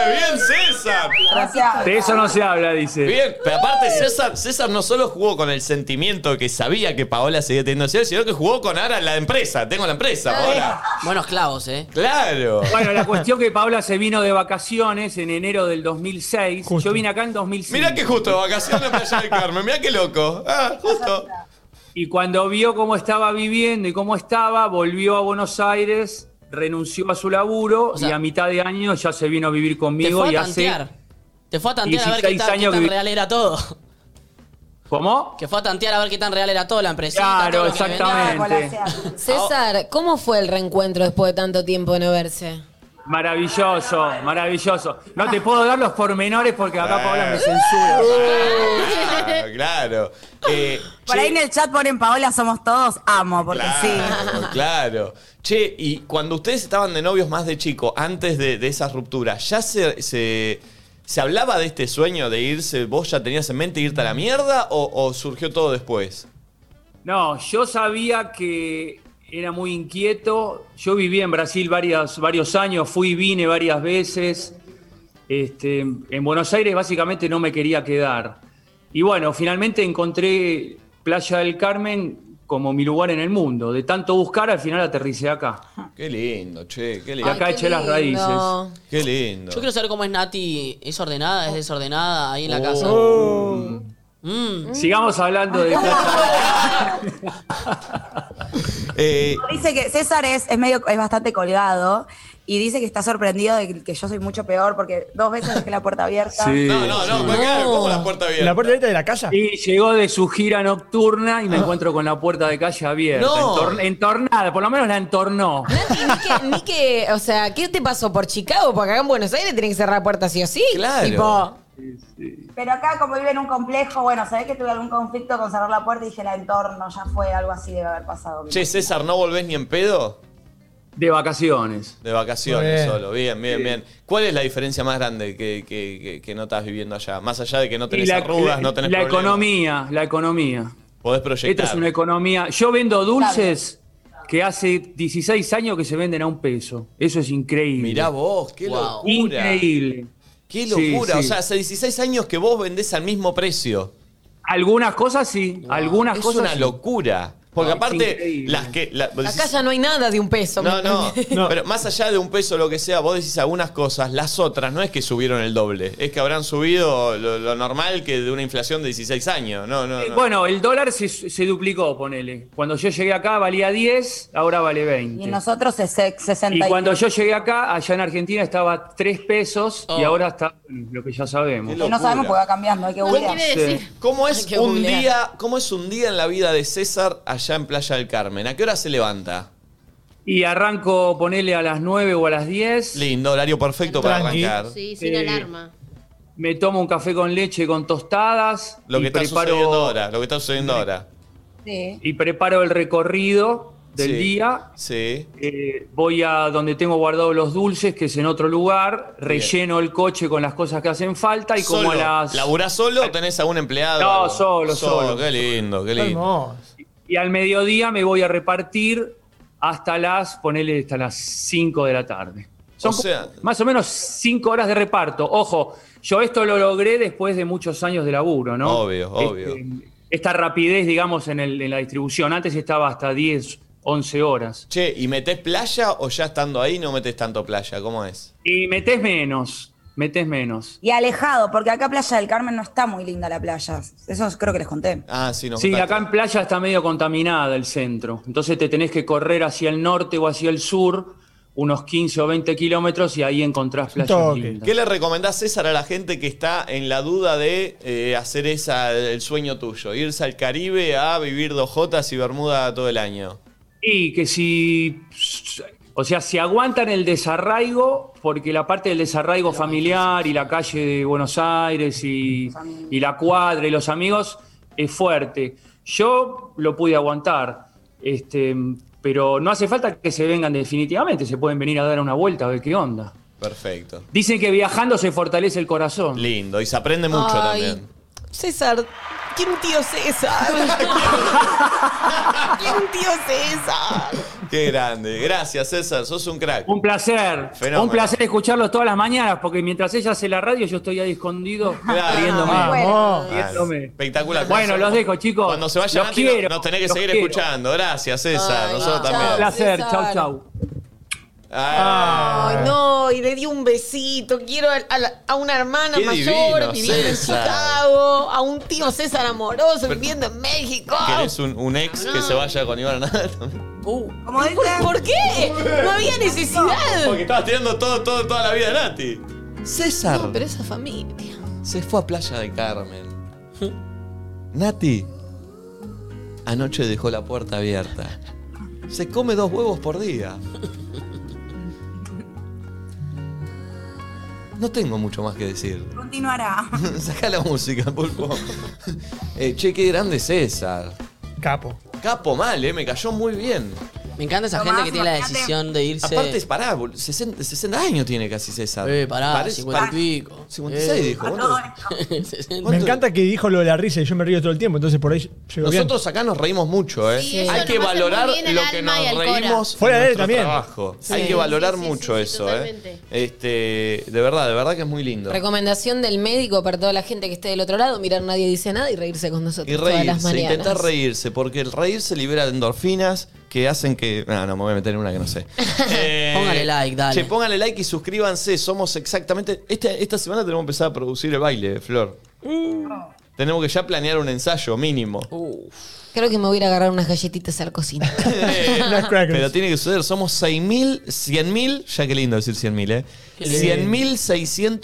Speaker 1: ¡Bien, César! Eh.
Speaker 10: Gracias.
Speaker 20: De eso no se habla, dice.
Speaker 1: Bien, pero aparte César, César no solo jugó con el sentimiento que sabía que Paola seguía teniendo cielo, sino que jugó con ahora la empresa. Tengo la empresa, Paola.
Speaker 3: Buenos clavos, ¿eh?
Speaker 1: Claro.
Speaker 20: Bueno, la cuestión que Paola se vino de vacaciones en enero del 2006. Yo vine acá en 2005.
Speaker 1: Mirá que justo, vacaciones en Playa del Carmen, mirá qué loco. Ah, justo.
Speaker 20: Y cuando vio cómo estaba viviendo y cómo estaba, volvió a Buenos Aires, renunció a su laburo y a mitad de año ya se vino a vivir
Speaker 3: Te
Speaker 20: conmigo
Speaker 3: fue
Speaker 20: y
Speaker 3: a
Speaker 20: hace
Speaker 3: tantear. Te fue a tantear a ver qué
Speaker 20: 16
Speaker 3: tan, qué
Speaker 20: años
Speaker 3: tan
Speaker 20: que vi-
Speaker 3: real era todo.
Speaker 20: ¿Cómo?
Speaker 3: Que fue a tantear a ver qué tan real era todo la empresa.
Speaker 20: Claro, exactamente.
Speaker 1: ah.
Speaker 6: César, ¿cómo fue el reencuentro después de tanto tiempo de no verse?
Speaker 20: maravilloso, maravilloso. No te puedo dar los pormenores porque acá Paola me censura.
Speaker 1: Ah, claro. Eh,
Speaker 10: Por ahí en el chat ponen Paola somos todos amo, porque sí.
Speaker 1: Claro, claro. Che, y cuando ustedes estaban de novios más de chico, antes de, de esas rupturas, ¿ya se, se, se hablaba de este sueño de irse, vos ya tenías en mente irte a la mierda o, o surgió todo después?
Speaker 20: No, yo sabía que era muy inquieto. Yo viví en Brasil varias, varios años, fui y vine varias veces. Este, en Buenos Aires básicamente no me quería quedar. Y bueno, finalmente encontré Playa del Carmen como mi lugar en el mundo. De tanto buscar, al final aterricé acá.
Speaker 1: Qué lindo, che, qué
Speaker 20: Y
Speaker 1: lindo.
Speaker 20: acá eché las raíces.
Speaker 1: Qué lindo.
Speaker 3: Yo quiero saber cómo es Nati. ¿Es ordenada? ¿Es desordenada? Ahí en
Speaker 20: Oh.
Speaker 3: la casa. Mm.
Speaker 20: Sigamos hablando de
Speaker 1: Eh,
Speaker 10: Dice que César es, es medio, es bastante colgado y dice que está sorprendido de que, que yo soy mucho peor porque dos veces dejé la puerta abierta.
Speaker 20: no, no, no,
Speaker 1: ¿cómo la puerta abierta?
Speaker 20: ¿La puerta abierta de la casa? Ah. Y llegó de su gira nocturna y me encuentro con la puerta de calle abierta.
Speaker 6: No.
Speaker 20: entor- entornada, por lo menos la entornó.
Speaker 6: Ni que, ni que, o sea, ¿qué te pasó por Chicago? Porque acá en Buenos Aires tienen que cerrar puertas sí o sí.
Speaker 20: Claro.
Speaker 6: Tipo,
Speaker 10: Pero acá, como vive en un complejo, bueno, sabés que tuve algún conflicto con cerrar la puerta y dije la entorno, ya fue, algo así debe haber pasado.
Speaker 1: Che, César, ¿no volvés ni en pedo?
Speaker 20: De vacaciones.
Speaker 1: De vacaciones
Speaker 20: Bien.
Speaker 1: solo, bien, bien,
Speaker 20: Sí.
Speaker 1: bien. ¿Cuál es la diferencia más grande que, que- que- que no estás viviendo allá? Más allá de que no tenés
Speaker 20: Y la-
Speaker 1: arrugas, no tenés
Speaker 20: La
Speaker 1: problemas.
Speaker 20: economía, la economía.
Speaker 1: Podés proyectar.
Speaker 20: Esta es una economía. Yo vendo dulces que hace 16 años que se venden a un peso. Eso es increíble.
Speaker 1: Mirá vos, qué locura.
Speaker 20: Increíble.
Speaker 1: Qué
Speaker 20: Sí,
Speaker 1: locura,
Speaker 20: sí.
Speaker 1: o sea, hace 16 años que vos vendés al mismo precio.
Speaker 20: Algunas cosas sí, algunas
Speaker 1: es
Speaker 20: cosas
Speaker 1: una
Speaker 20: sí.
Speaker 1: locura. Porque
Speaker 20: No, es
Speaker 1: aparte,
Speaker 20: increíble.
Speaker 1: las que. la- vos
Speaker 6: acá
Speaker 1: decís,
Speaker 6: ya no hay nada de un peso.
Speaker 1: no, no, Pero más allá de un peso o lo que sea, vos decís algunas cosas, las otras no es que subieron el doble, es que habrán subido lo, lo normal que de una inflación de 16 años. No, no,
Speaker 20: Eh,
Speaker 1: no.
Speaker 20: Bueno, el dólar se, se duplicó, ponele. Cuando yo llegué acá valía 10, ahora vale 20.
Speaker 10: Y nosotros es 60.
Speaker 20: Y cuando yo llegué acá, allá en Argentina estaba 3 pesos
Speaker 1: Oh.
Speaker 20: y ahora está bueno, lo que ya sabemos.
Speaker 10: no sabemos porque va cambiando, hay que googlear.
Speaker 1: ¿Cómo
Speaker 10: Hay
Speaker 1: es,
Speaker 10: que
Speaker 1: un
Speaker 10: googlear.
Speaker 1: día, ¿Cómo es un día en la vida de César allá en Playa del Carmen? ¿A qué hora se levanta?
Speaker 20: Y arranco, ponele a las 9 o a las 10.
Speaker 1: Lindo, horario perfecto para
Speaker 20: Tranqui.
Speaker 1: arrancar.
Speaker 13: Sí, sin
Speaker 20: Eh,
Speaker 13: alarma.
Speaker 20: Me tomo un café con leche con tostadas.
Speaker 1: Lo
Speaker 20: y
Speaker 1: que está sucediendo
Speaker 20: preparo,
Speaker 1: ahora, lo que está sucediendo ahora.
Speaker 10: Sí.
Speaker 20: y preparo el recorrido del
Speaker 1: Sí.
Speaker 20: día.
Speaker 1: Sí.
Speaker 20: Eh, voy a donde tengo guardados los dulces, que es en otro lugar. Relleno el coche con las cosas que hacen falta y como
Speaker 1: Solo.
Speaker 20: a las...
Speaker 1: ¿Laburás solo o tenés a un empleado?
Speaker 20: No, solo, solo.
Speaker 1: Qué lindo, qué lindo.
Speaker 20: Y al mediodía me voy a repartir hasta las, ponele hasta las 5 de la tarde. Son
Speaker 1: O sea-
Speaker 20: como- más o menos 5 horas de reparto. Ojo, yo esto lo logré después de muchos años de laburo, ¿no? Este,
Speaker 1: Obvio, obvio.
Speaker 20: Esta rapidez, digamos, en, el- en la distribución. Antes estaba hasta 10, 11 horas.
Speaker 1: Che, ¿y metés playa o ya estando ahí no metés tanto playa? ¿Cómo es?
Speaker 20: Y metés menos, metés menos.
Speaker 10: Y alejado, porque acá Playa del Carmen no está muy linda la playa. Eso creo que les conté.
Speaker 1: Ah, sí, no.
Speaker 20: Sí, acá en playa está medio contaminada el centro. Entonces te tenés que correr hacia el norte o hacia el sur unos 15 o 20 kilómetros y ahí encontrás playas lindas.
Speaker 1: ¿Qué le recomendás, César, a la gente que está en la duda de eh, hacer esa, el sueño tuyo? Irse al Caribe a vivir dos Jotas y Bermuda todo el año.
Speaker 20: Y que si. O sea, si aguantan el desarraigo, porque la parte del desarraigo familiar y la calle de Buenos Aires y, y la cuadra y los amigos es fuerte. Yo lo pude aguantar, este, pero no hace falta que se vengan definitivamente, se pueden venir a dar una vuelta a ver qué onda.
Speaker 1: Perfecto.
Speaker 20: Dicen que viajando se fortalece el corazón.
Speaker 1: Lindo, y se aprende mucho
Speaker 6: Ay.
Speaker 1: también.
Speaker 6: César, ¿quién tío César? ¿Quién tío César?
Speaker 1: Qué grande. Gracias, César, sos un crack.
Speaker 20: Un placer.
Speaker 1: Fenómeno.
Speaker 20: Un placer escucharlos todas las mañanas, porque mientras ella hace la radio, yo estoy ahí escondido
Speaker 1: Claro.
Speaker 20: riéndome.
Speaker 1: Vamos.
Speaker 20: Riéndome.
Speaker 1: Espectacular.
Speaker 20: Bueno, los dejo, chicos.
Speaker 1: Cuando se vayan
Speaker 20: los
Speaker 1: Nati, no-
Speaker 20: quiero.
Speaker 1: nos tenés que
Speaker 20: los
Speaker 1: seguir
Speaker 20: quiero.
Speaker 1: escuchando. Gracias, César. Nosotros también.
Speaker 20: Un placer. Chau, chau.
Speaker 1: Ah.
Speaker 6: Ay, no, y le di un besito. Quiero a, a la- a una hermana
Speaker 1: Qué
Speaker 6: mayor
Speaker 1: divino,
Speaker 6: viviendo
Speaker 1: César.
Speaker 6: en Chicago, a un tío César amoroso
Speaker 1: Pero-
Speaker 6: viviendo en México.
Speaker 1: ¿Querés un, un ex que se vaya con Iván Hernández?
Speaker 6: Uh, ¿Por, por qué? No había necesidad.
Speaker 1: Porque estabas tirando todo, todo, toda la vida de Nati. César
Speaker 6: No, pero esa familia.
Speaker 1: se fue a Playa de Carmen. Nati anoche dejó la puerta abierta. Se come dos huevos por día. No tengo mucho más que decir.
Speaker 10: Continuará.
Speaker 1: Saca la música, pulpo. Eh, che, qué grande César. Capo. Capo mal, eh, me cayó muy bien.
Speaker 3: Me encanta esa gente que tiene la decisión de irse.
Speaker 1: Aparte, es pará, bol- 60, 60 años tiene casi César.
Speaker 3: Eh, pará,
Speaker 1: Parece-
Speaker 3: 50 y pico.
Speaker 1: 56
Speaker 3: Eh.
Speaker 4: Ah,
Speaker 1: dijo. ¿cuánto?
Speaker 4: Me encanta que dijo lo de la risa y yo me río todo el tiempo, entonces por ahí llegó bien.
Speaker 1: Nosotros acá nos reímos mucho, ¿eh?
Speaker 4: Sí, eso
Speaker 1: Hay
Speaker 4: nos
Speaker 1: que
Speaker 4: hace muy
Speaker 1: valorar
Speaker 4: bien al
Speaker 1: lo que
Speaker 4: alma
Speaker 1: nos
Speaker 4: y al cora.
Speaker 1: reímos.
Speaker 4: Fuera de él
Speaker 1: nuestro
Speaker 4: también.
Speaker 1: trabajo.
Speaker 4: Sí.
Speaker 1: Hay que valorar mucho eso, ¿eh? Este, de verdad, de verdad que es muy lindo.
Speaker 6: Recomendación del médico para toda la gente que esté del otro lado, mirar nadie dice nada y reírse con nosotros
Speaker 1: Y
Speaker 6: todas las
Speaker 1: reírse,
Speaker 6: mañanas.
Speaker 1: intentar reírse, porque el reírse libera endorfinas que hacen que. No, no, me voy a meter en una que no sé. Eh,
Speaker 3: Póngale like, dale.
Speaker 1: Che, póngale like y suscríbanse. Somos exactamente. este- esta semana tenemos que empezar a producir el baile, Flor. Mm. Tenemos que ya planear un ensayo mínimo.
Speaker 6: Creo que me voy a ir a agarrar unas galletitas a la cocina.
Speaker 1: Eh, Pero tiene que suceder. Somos 6.000, 100.000. Ya qué lindo decir 100.000, ¿eh?
Speaker 3: Qué lindo.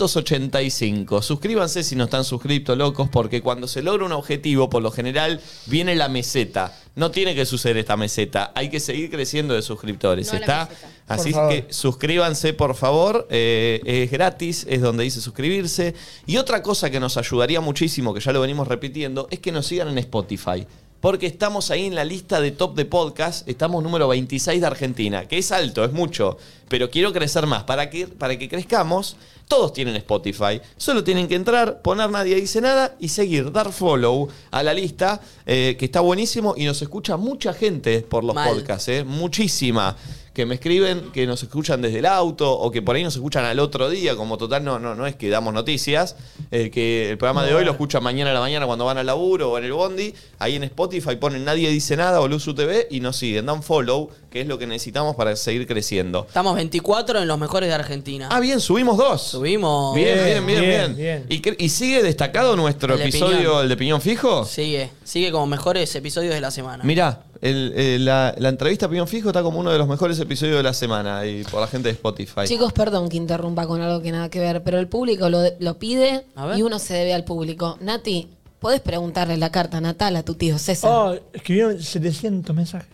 Speaker 1: 100.685. Suscríbanse si no están suscriptos, locos, porque cuando se logra un objetivo, por lo general, viene la meseta. No tiene que suceder esta meseta. Hay que seguir creciendo de suscriptores. ¿Está? Así
Speaker 4: Por favor.
Speaker 1: que suscríbanse, por favor. Eh, es gratis, es donde dice suscribirse. Y otra cosa que nos ayudaría muchísimo, que ya lo venimos repitiendo, es que nos sigan en Spotify. Porque estamos ahí en la lista de top de podcast, estamos número 26 de Argentina, que es alto, es mucho, pero quiero crecer más. Para que, para que crezcamos, todos tienen Spotify. Solo tienen que entrar, poner nadie dice nada y seguir, dar follow a la lista, eh, que está buenísimo y nos escucha mucha gente por los
Speaker 3: Mal.
Speaker 1: podcasts, ¿eh? muchísima. Que me escriben, que nos escuchan desde el auto o que por ahí nos escuchan al otro día, como total no, no, no es que damos noticias, eh, que el programa de hoy lo escuchan mañana a la mañana cuando van al laburo o en el bondi, ahí en Spotify ponen Nadie Dice Nada o Luzu TV y nos siguen, dan follow, que es lo que necesitamos para seguir creciendo.
Speaker 3: Estamos 24 en los mejores de Argentina.
Speaker 1: Ah, bien, subimos dos.
Speaker 3: Subimos.
Speaker 1: Bien, bien, bien, bien. ¿Y, cre- y sigue destacado nuestro
Speaker 3: El de
Speaker 1: episodio,
Speaker 3: Piñón.
Speaker 1: el de Piñón Fijo?
Speaker 3: Sigue, sigue como mejores episodios de la semana.
Speaker 1: Mirá, el- eh, la, la entrevista a Piñón Fijo está como uno de los mejores episodios de la semana y por la gente de Spotify.
Speaker 6: Chicos, perdón que interrumpa con algo que nada que ver, pero el público lo, lo pide
Speaker 1: A ver.
Speaker 6: y uno se debe al público. Nati, ¿podés preguntarle la carta natal a tu tío César?
Speaker 4: Oh, escribieron 700 mensajes.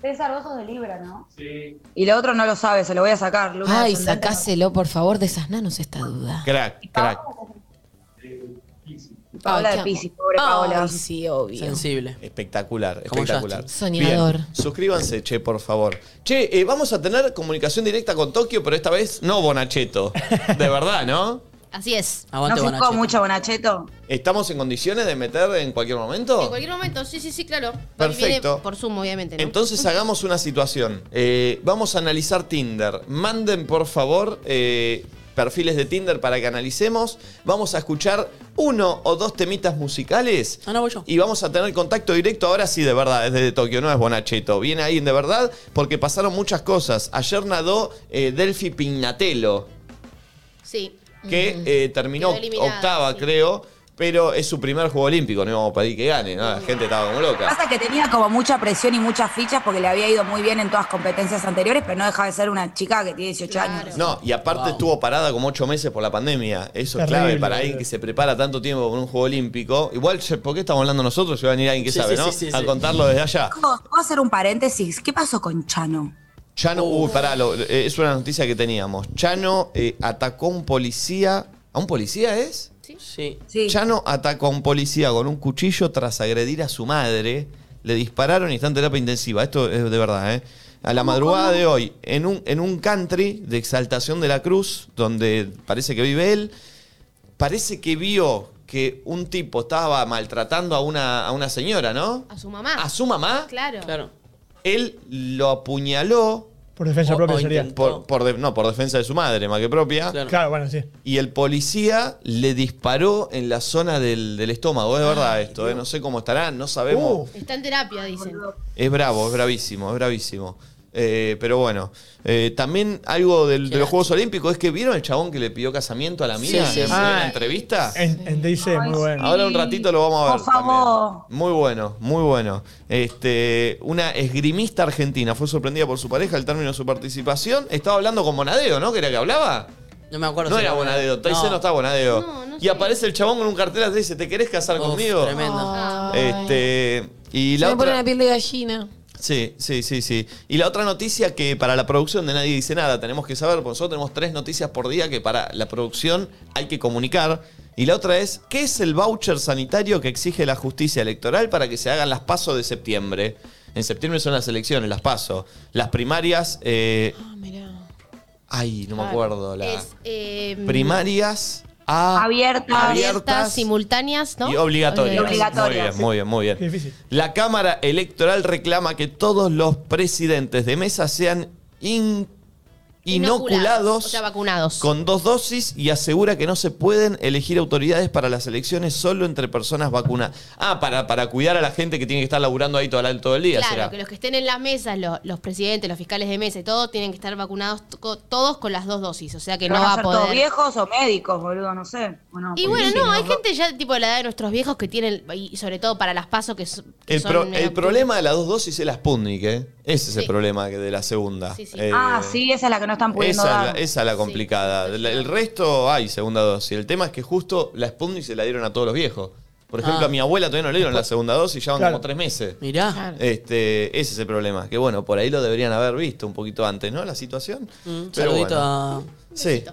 Speaker 10: César, vos sos de Libra, ¿no?
Speaker 20: Sí.
Speaker 10: Y lo otro no lo sabe, se lo voy a sacar. Luna
Speaker 6: Ay,
Speaker 10: ascendente.
Speaker 6: sacáselo, por favor, de esas nanos esta duda.
Speaker 1: Crack, crack.
Speaker 10: Paola
Speaker 6: Ay,
Speaker 10: de
Speaker 6: qué
Speaker 10: Pisi,
Speaker 6: amor.
Speaker 10: pobre
Speaker 1: Ah.
Speaker 10: Paola.
Speaker 6: Ay, sí, obvio.
Speaker 1: Espectacular,
Speaker 6: Como
Speaker 1: espectacular.
Speaker 6: Justin. Soñador.
Speaker 1: Bien, Suscríbanse, che, por favor. Che, eh, vamos a tener comunicación directa con Tokio, pero esta vez no Bonacheto. De verdad, ¿no?
Speaker 13: Así es.
Speaker 10: ¿No fijó mucho Bonacheto?
Speaker 1: ¿Estamos en condiciones de meter en cualquier
Speaker 13: En
Speaker 1: momento?
Speaker 13: cualquier momento, sí, sí, sí, claro.
Speaker 1: Perfecto.
Speaker 13: Viene por Zoom, obviamente. ¿no?
Speaker 1: Entonces hagamos una situación. Eh, vamos a analizar Tinder. Manden, por favor, eh, perfiles de Tinder para que analicemos. Vamos a escuchar uno o dos temitas musicales.
Speaker 3: Ah, no, voy yo.
Speaker 1: Y vamos a tener contacto directo ahora sí, de verdad, desde Tokio, no es Bonacheto. Viene ahí de verdad porque pasaron muchas cosas. Ayer nadó eh, Delphi Pignatello,
Speaker 13: Sí.
Speaker 1: que eh, terminó
Speaker 13: Quedó eliminada,
Speaker 1: octava, creo. pero es su primer juego olímpico, no íbamos a pedir que gane, ¿no? La gente estaba como loca.
Speaker 10: Pasa que tenía como mucha presión y muchas fichas porque le había ido muy bien en todas competencias anteriores, pero no deja de ser una chica que tiene 18 años.
Speaker 1: No, y aparte estuvo parada como ocho meses por la pandemia. Eso es
Speaker 10: Terrible,
Speaker 1: clave para alguien que se prepara tanto tiempo por un juego olímpico. Igual, che, ¿por qué estamos hablando nosotros? Si va a venir alguien que
Speaker 10: Sí,
Speaker 1: sabe,
Speaker 10: sí,
Speaker 1: ¿no?
Speaker 10: sí, sí,
Speaker 1: a
Speaker 10: sí.
Speaker 1: contarlo desde allá.
Speaker 10: Chicos, ¿puedo hacer un paréntesis? ¿Qué pasó con Chano?
Speaker 1: Chano, uy, pará, lo- eh, es una noticia que teníamos. Chano eh, atacó a un policía. ¿A un policía es?
Speaker 3: Sí.
Speaker 1: Chano atacó a un policía con un cuchillo tras agredir a su madre. Le dispararon y está en terapia intensiva. Esto es de verdad, ¿eh? A la madrugada de hoy, en un, en un country de Exaltación de la Cruz, donde parece que vive él, parece que vio que un tipo estaba maltratando a una, a una señora, ¿no?
Speaker 13: A su mamá.
Speaker 1: ¿A su mamá?
Speaker 13: Claro.
Speaker 1: Él lo apuñaló.
Speaker 4: Por defensa propia sería.
Speaker 1: Por, por de- no, por defensa de su madre, más que propia.
Speaker 4: Claro, bueno, sí.
Speaker 1: Y el policía le disparó en la zona del, del estómago. Es verdad esto, ¿eh? no sé cómo estará, no
Speaker 4: Uh.
Speaker 1: sabemos.
Speaker 13: Está en terapia, dicen.
Speaker 1: Es bravo, es bravísimo, es bravísimo. Eh, pero bueno, eh, también algo del- de los Juegos Olímpicos es que vieron el chabón que le pidió casamiento a la mina
Speaker 4: sí,
Speaker 1: en
Speaker 4: sí.
Speaker 1: la
Speaker 4: Ah,
Speaker 1: entrevista.
Speaker 4: En, en DIC, muy bueno.
Speaker 1: Ahora un ratito lo vamos a ver.
Speaker 4: Por favor.
Speaker 1: Muy bueno, muy bueno. Este, una esgrimista argentina fue sorprendida por su pareja al término de su participación. Estaba hablando con Bonadeo, ¿no? ¿Que era que hablaba?
Speaker 3: No me acuerdo.
Speaker 1: No
Speaker 3: si
Speaker 1: era Bonadeo, Taizé no, está Bonadeo. y aparece el chabón con un cartel y dice, ¿te querés casar conmigo?
Speaker 6: Tremendo.
Speaker 1: Este, y la
Speaker 6: me pone
Speaker 1: otra...
Speaker 6: la piel de gallina.
Speaker 1: Sí, sí, sí, sí. Y la otra noticia que para la producción de Nadie Dice Nada tenemos que saber, porque nosotros tenemos tres noticias por día que para la producción hay que comunicar. Y la otra es, ¿qué es el voucher sanitario que exige la justicia electoral para que se hagan las pasos de septiembre? En septiembre son las elecciones, las pasos. Las primarias... eh, Ay, no me
Speaker 13: Claro.
Speaker 1: acuerdo. La...
Speaker 13: Ah, Es, eh,
Speaker 1: Primarias
Speaker 10: abiertas,
Speaker 1: Ah, abiertas,
Speaker 13: simultáneas, ¿no?
Speaker 1: y obligatorias. Muy bien, muy bien, muy bien.
Speaker 4: Difícil.
Speaker 1: La Cámara Electoral reclama que todos los presidentes de mesa sean in- inoculados
Speaker 13: O sea, vacunados.
Speaker 1: con dos dosis y asegura que no se pueden elegir autoridades para las elecciones solo entre personas vacunadas. Ah, para, para cuidar a la gente que tiene que estar laburando ahí todo el, todo el día.
Speaker 13: Claro,
Speaker 1: será.
Speaker 13: que los que estén en las mesas, lo- los, presidentes, los fiscales de mesa y todos, tienen que estar vacunados to- co- todos con las dos dosis. O sea que
Speaker 10: ¿Que
Speaker 13: no
Speaker 10: van
Speaker 13: va
Speaker 10: a
Speaker 13: a
Speaker 10: ser todos
Speaker 13: poder.
Speaker 10: viejos o médicos, boludo? No sé. ¿o no?
Speaker 13: Y
Speaker 10: Porque
Speaker 13: bueno,
Speaker 10: si
Speaker 13: no, hay gente ya tipo de la edad de nuestros viejos que tienen, y sobre todo para las pasos que, s- que
Speaker 1: El,
Speaker 13: son
Speaker 1: pro-
Speaker 13: medio-
Speaker 1: el problema de las dos dosis es la Sputnik, ¿eh? Ese es el
Speaker 13: Sí.
Speaker 1: problema que- de la segunda. Eh,
Speaker 10: ah, sí, esa es la que no están pudiendo
Speaker 1: Esa es,
Speaker 10: dar.
Speaker 1: la, esa es la complicada. La- el resto hay segunda dosis. El tema es que justo la Sputnik se la dieron a todos los viejos. Por ejemplo,
Speaker 3: Ah.
Speaker 1: a mi abuela todavía no le dieron la segunda dosis, ya van
Speaker 3: Claro.
Speaker 1: como tres meses.
Speaker 3: Mirá.
Speaker 1: Este, ese es el problema. Que bueno, por ahí lo deberían haber visto un poquito antes, ¿no? La situación.
Speaker 3: Mm,
Speaker 1: Pero
Speaker 3: saludito
Speaker 1: bueno. Sí.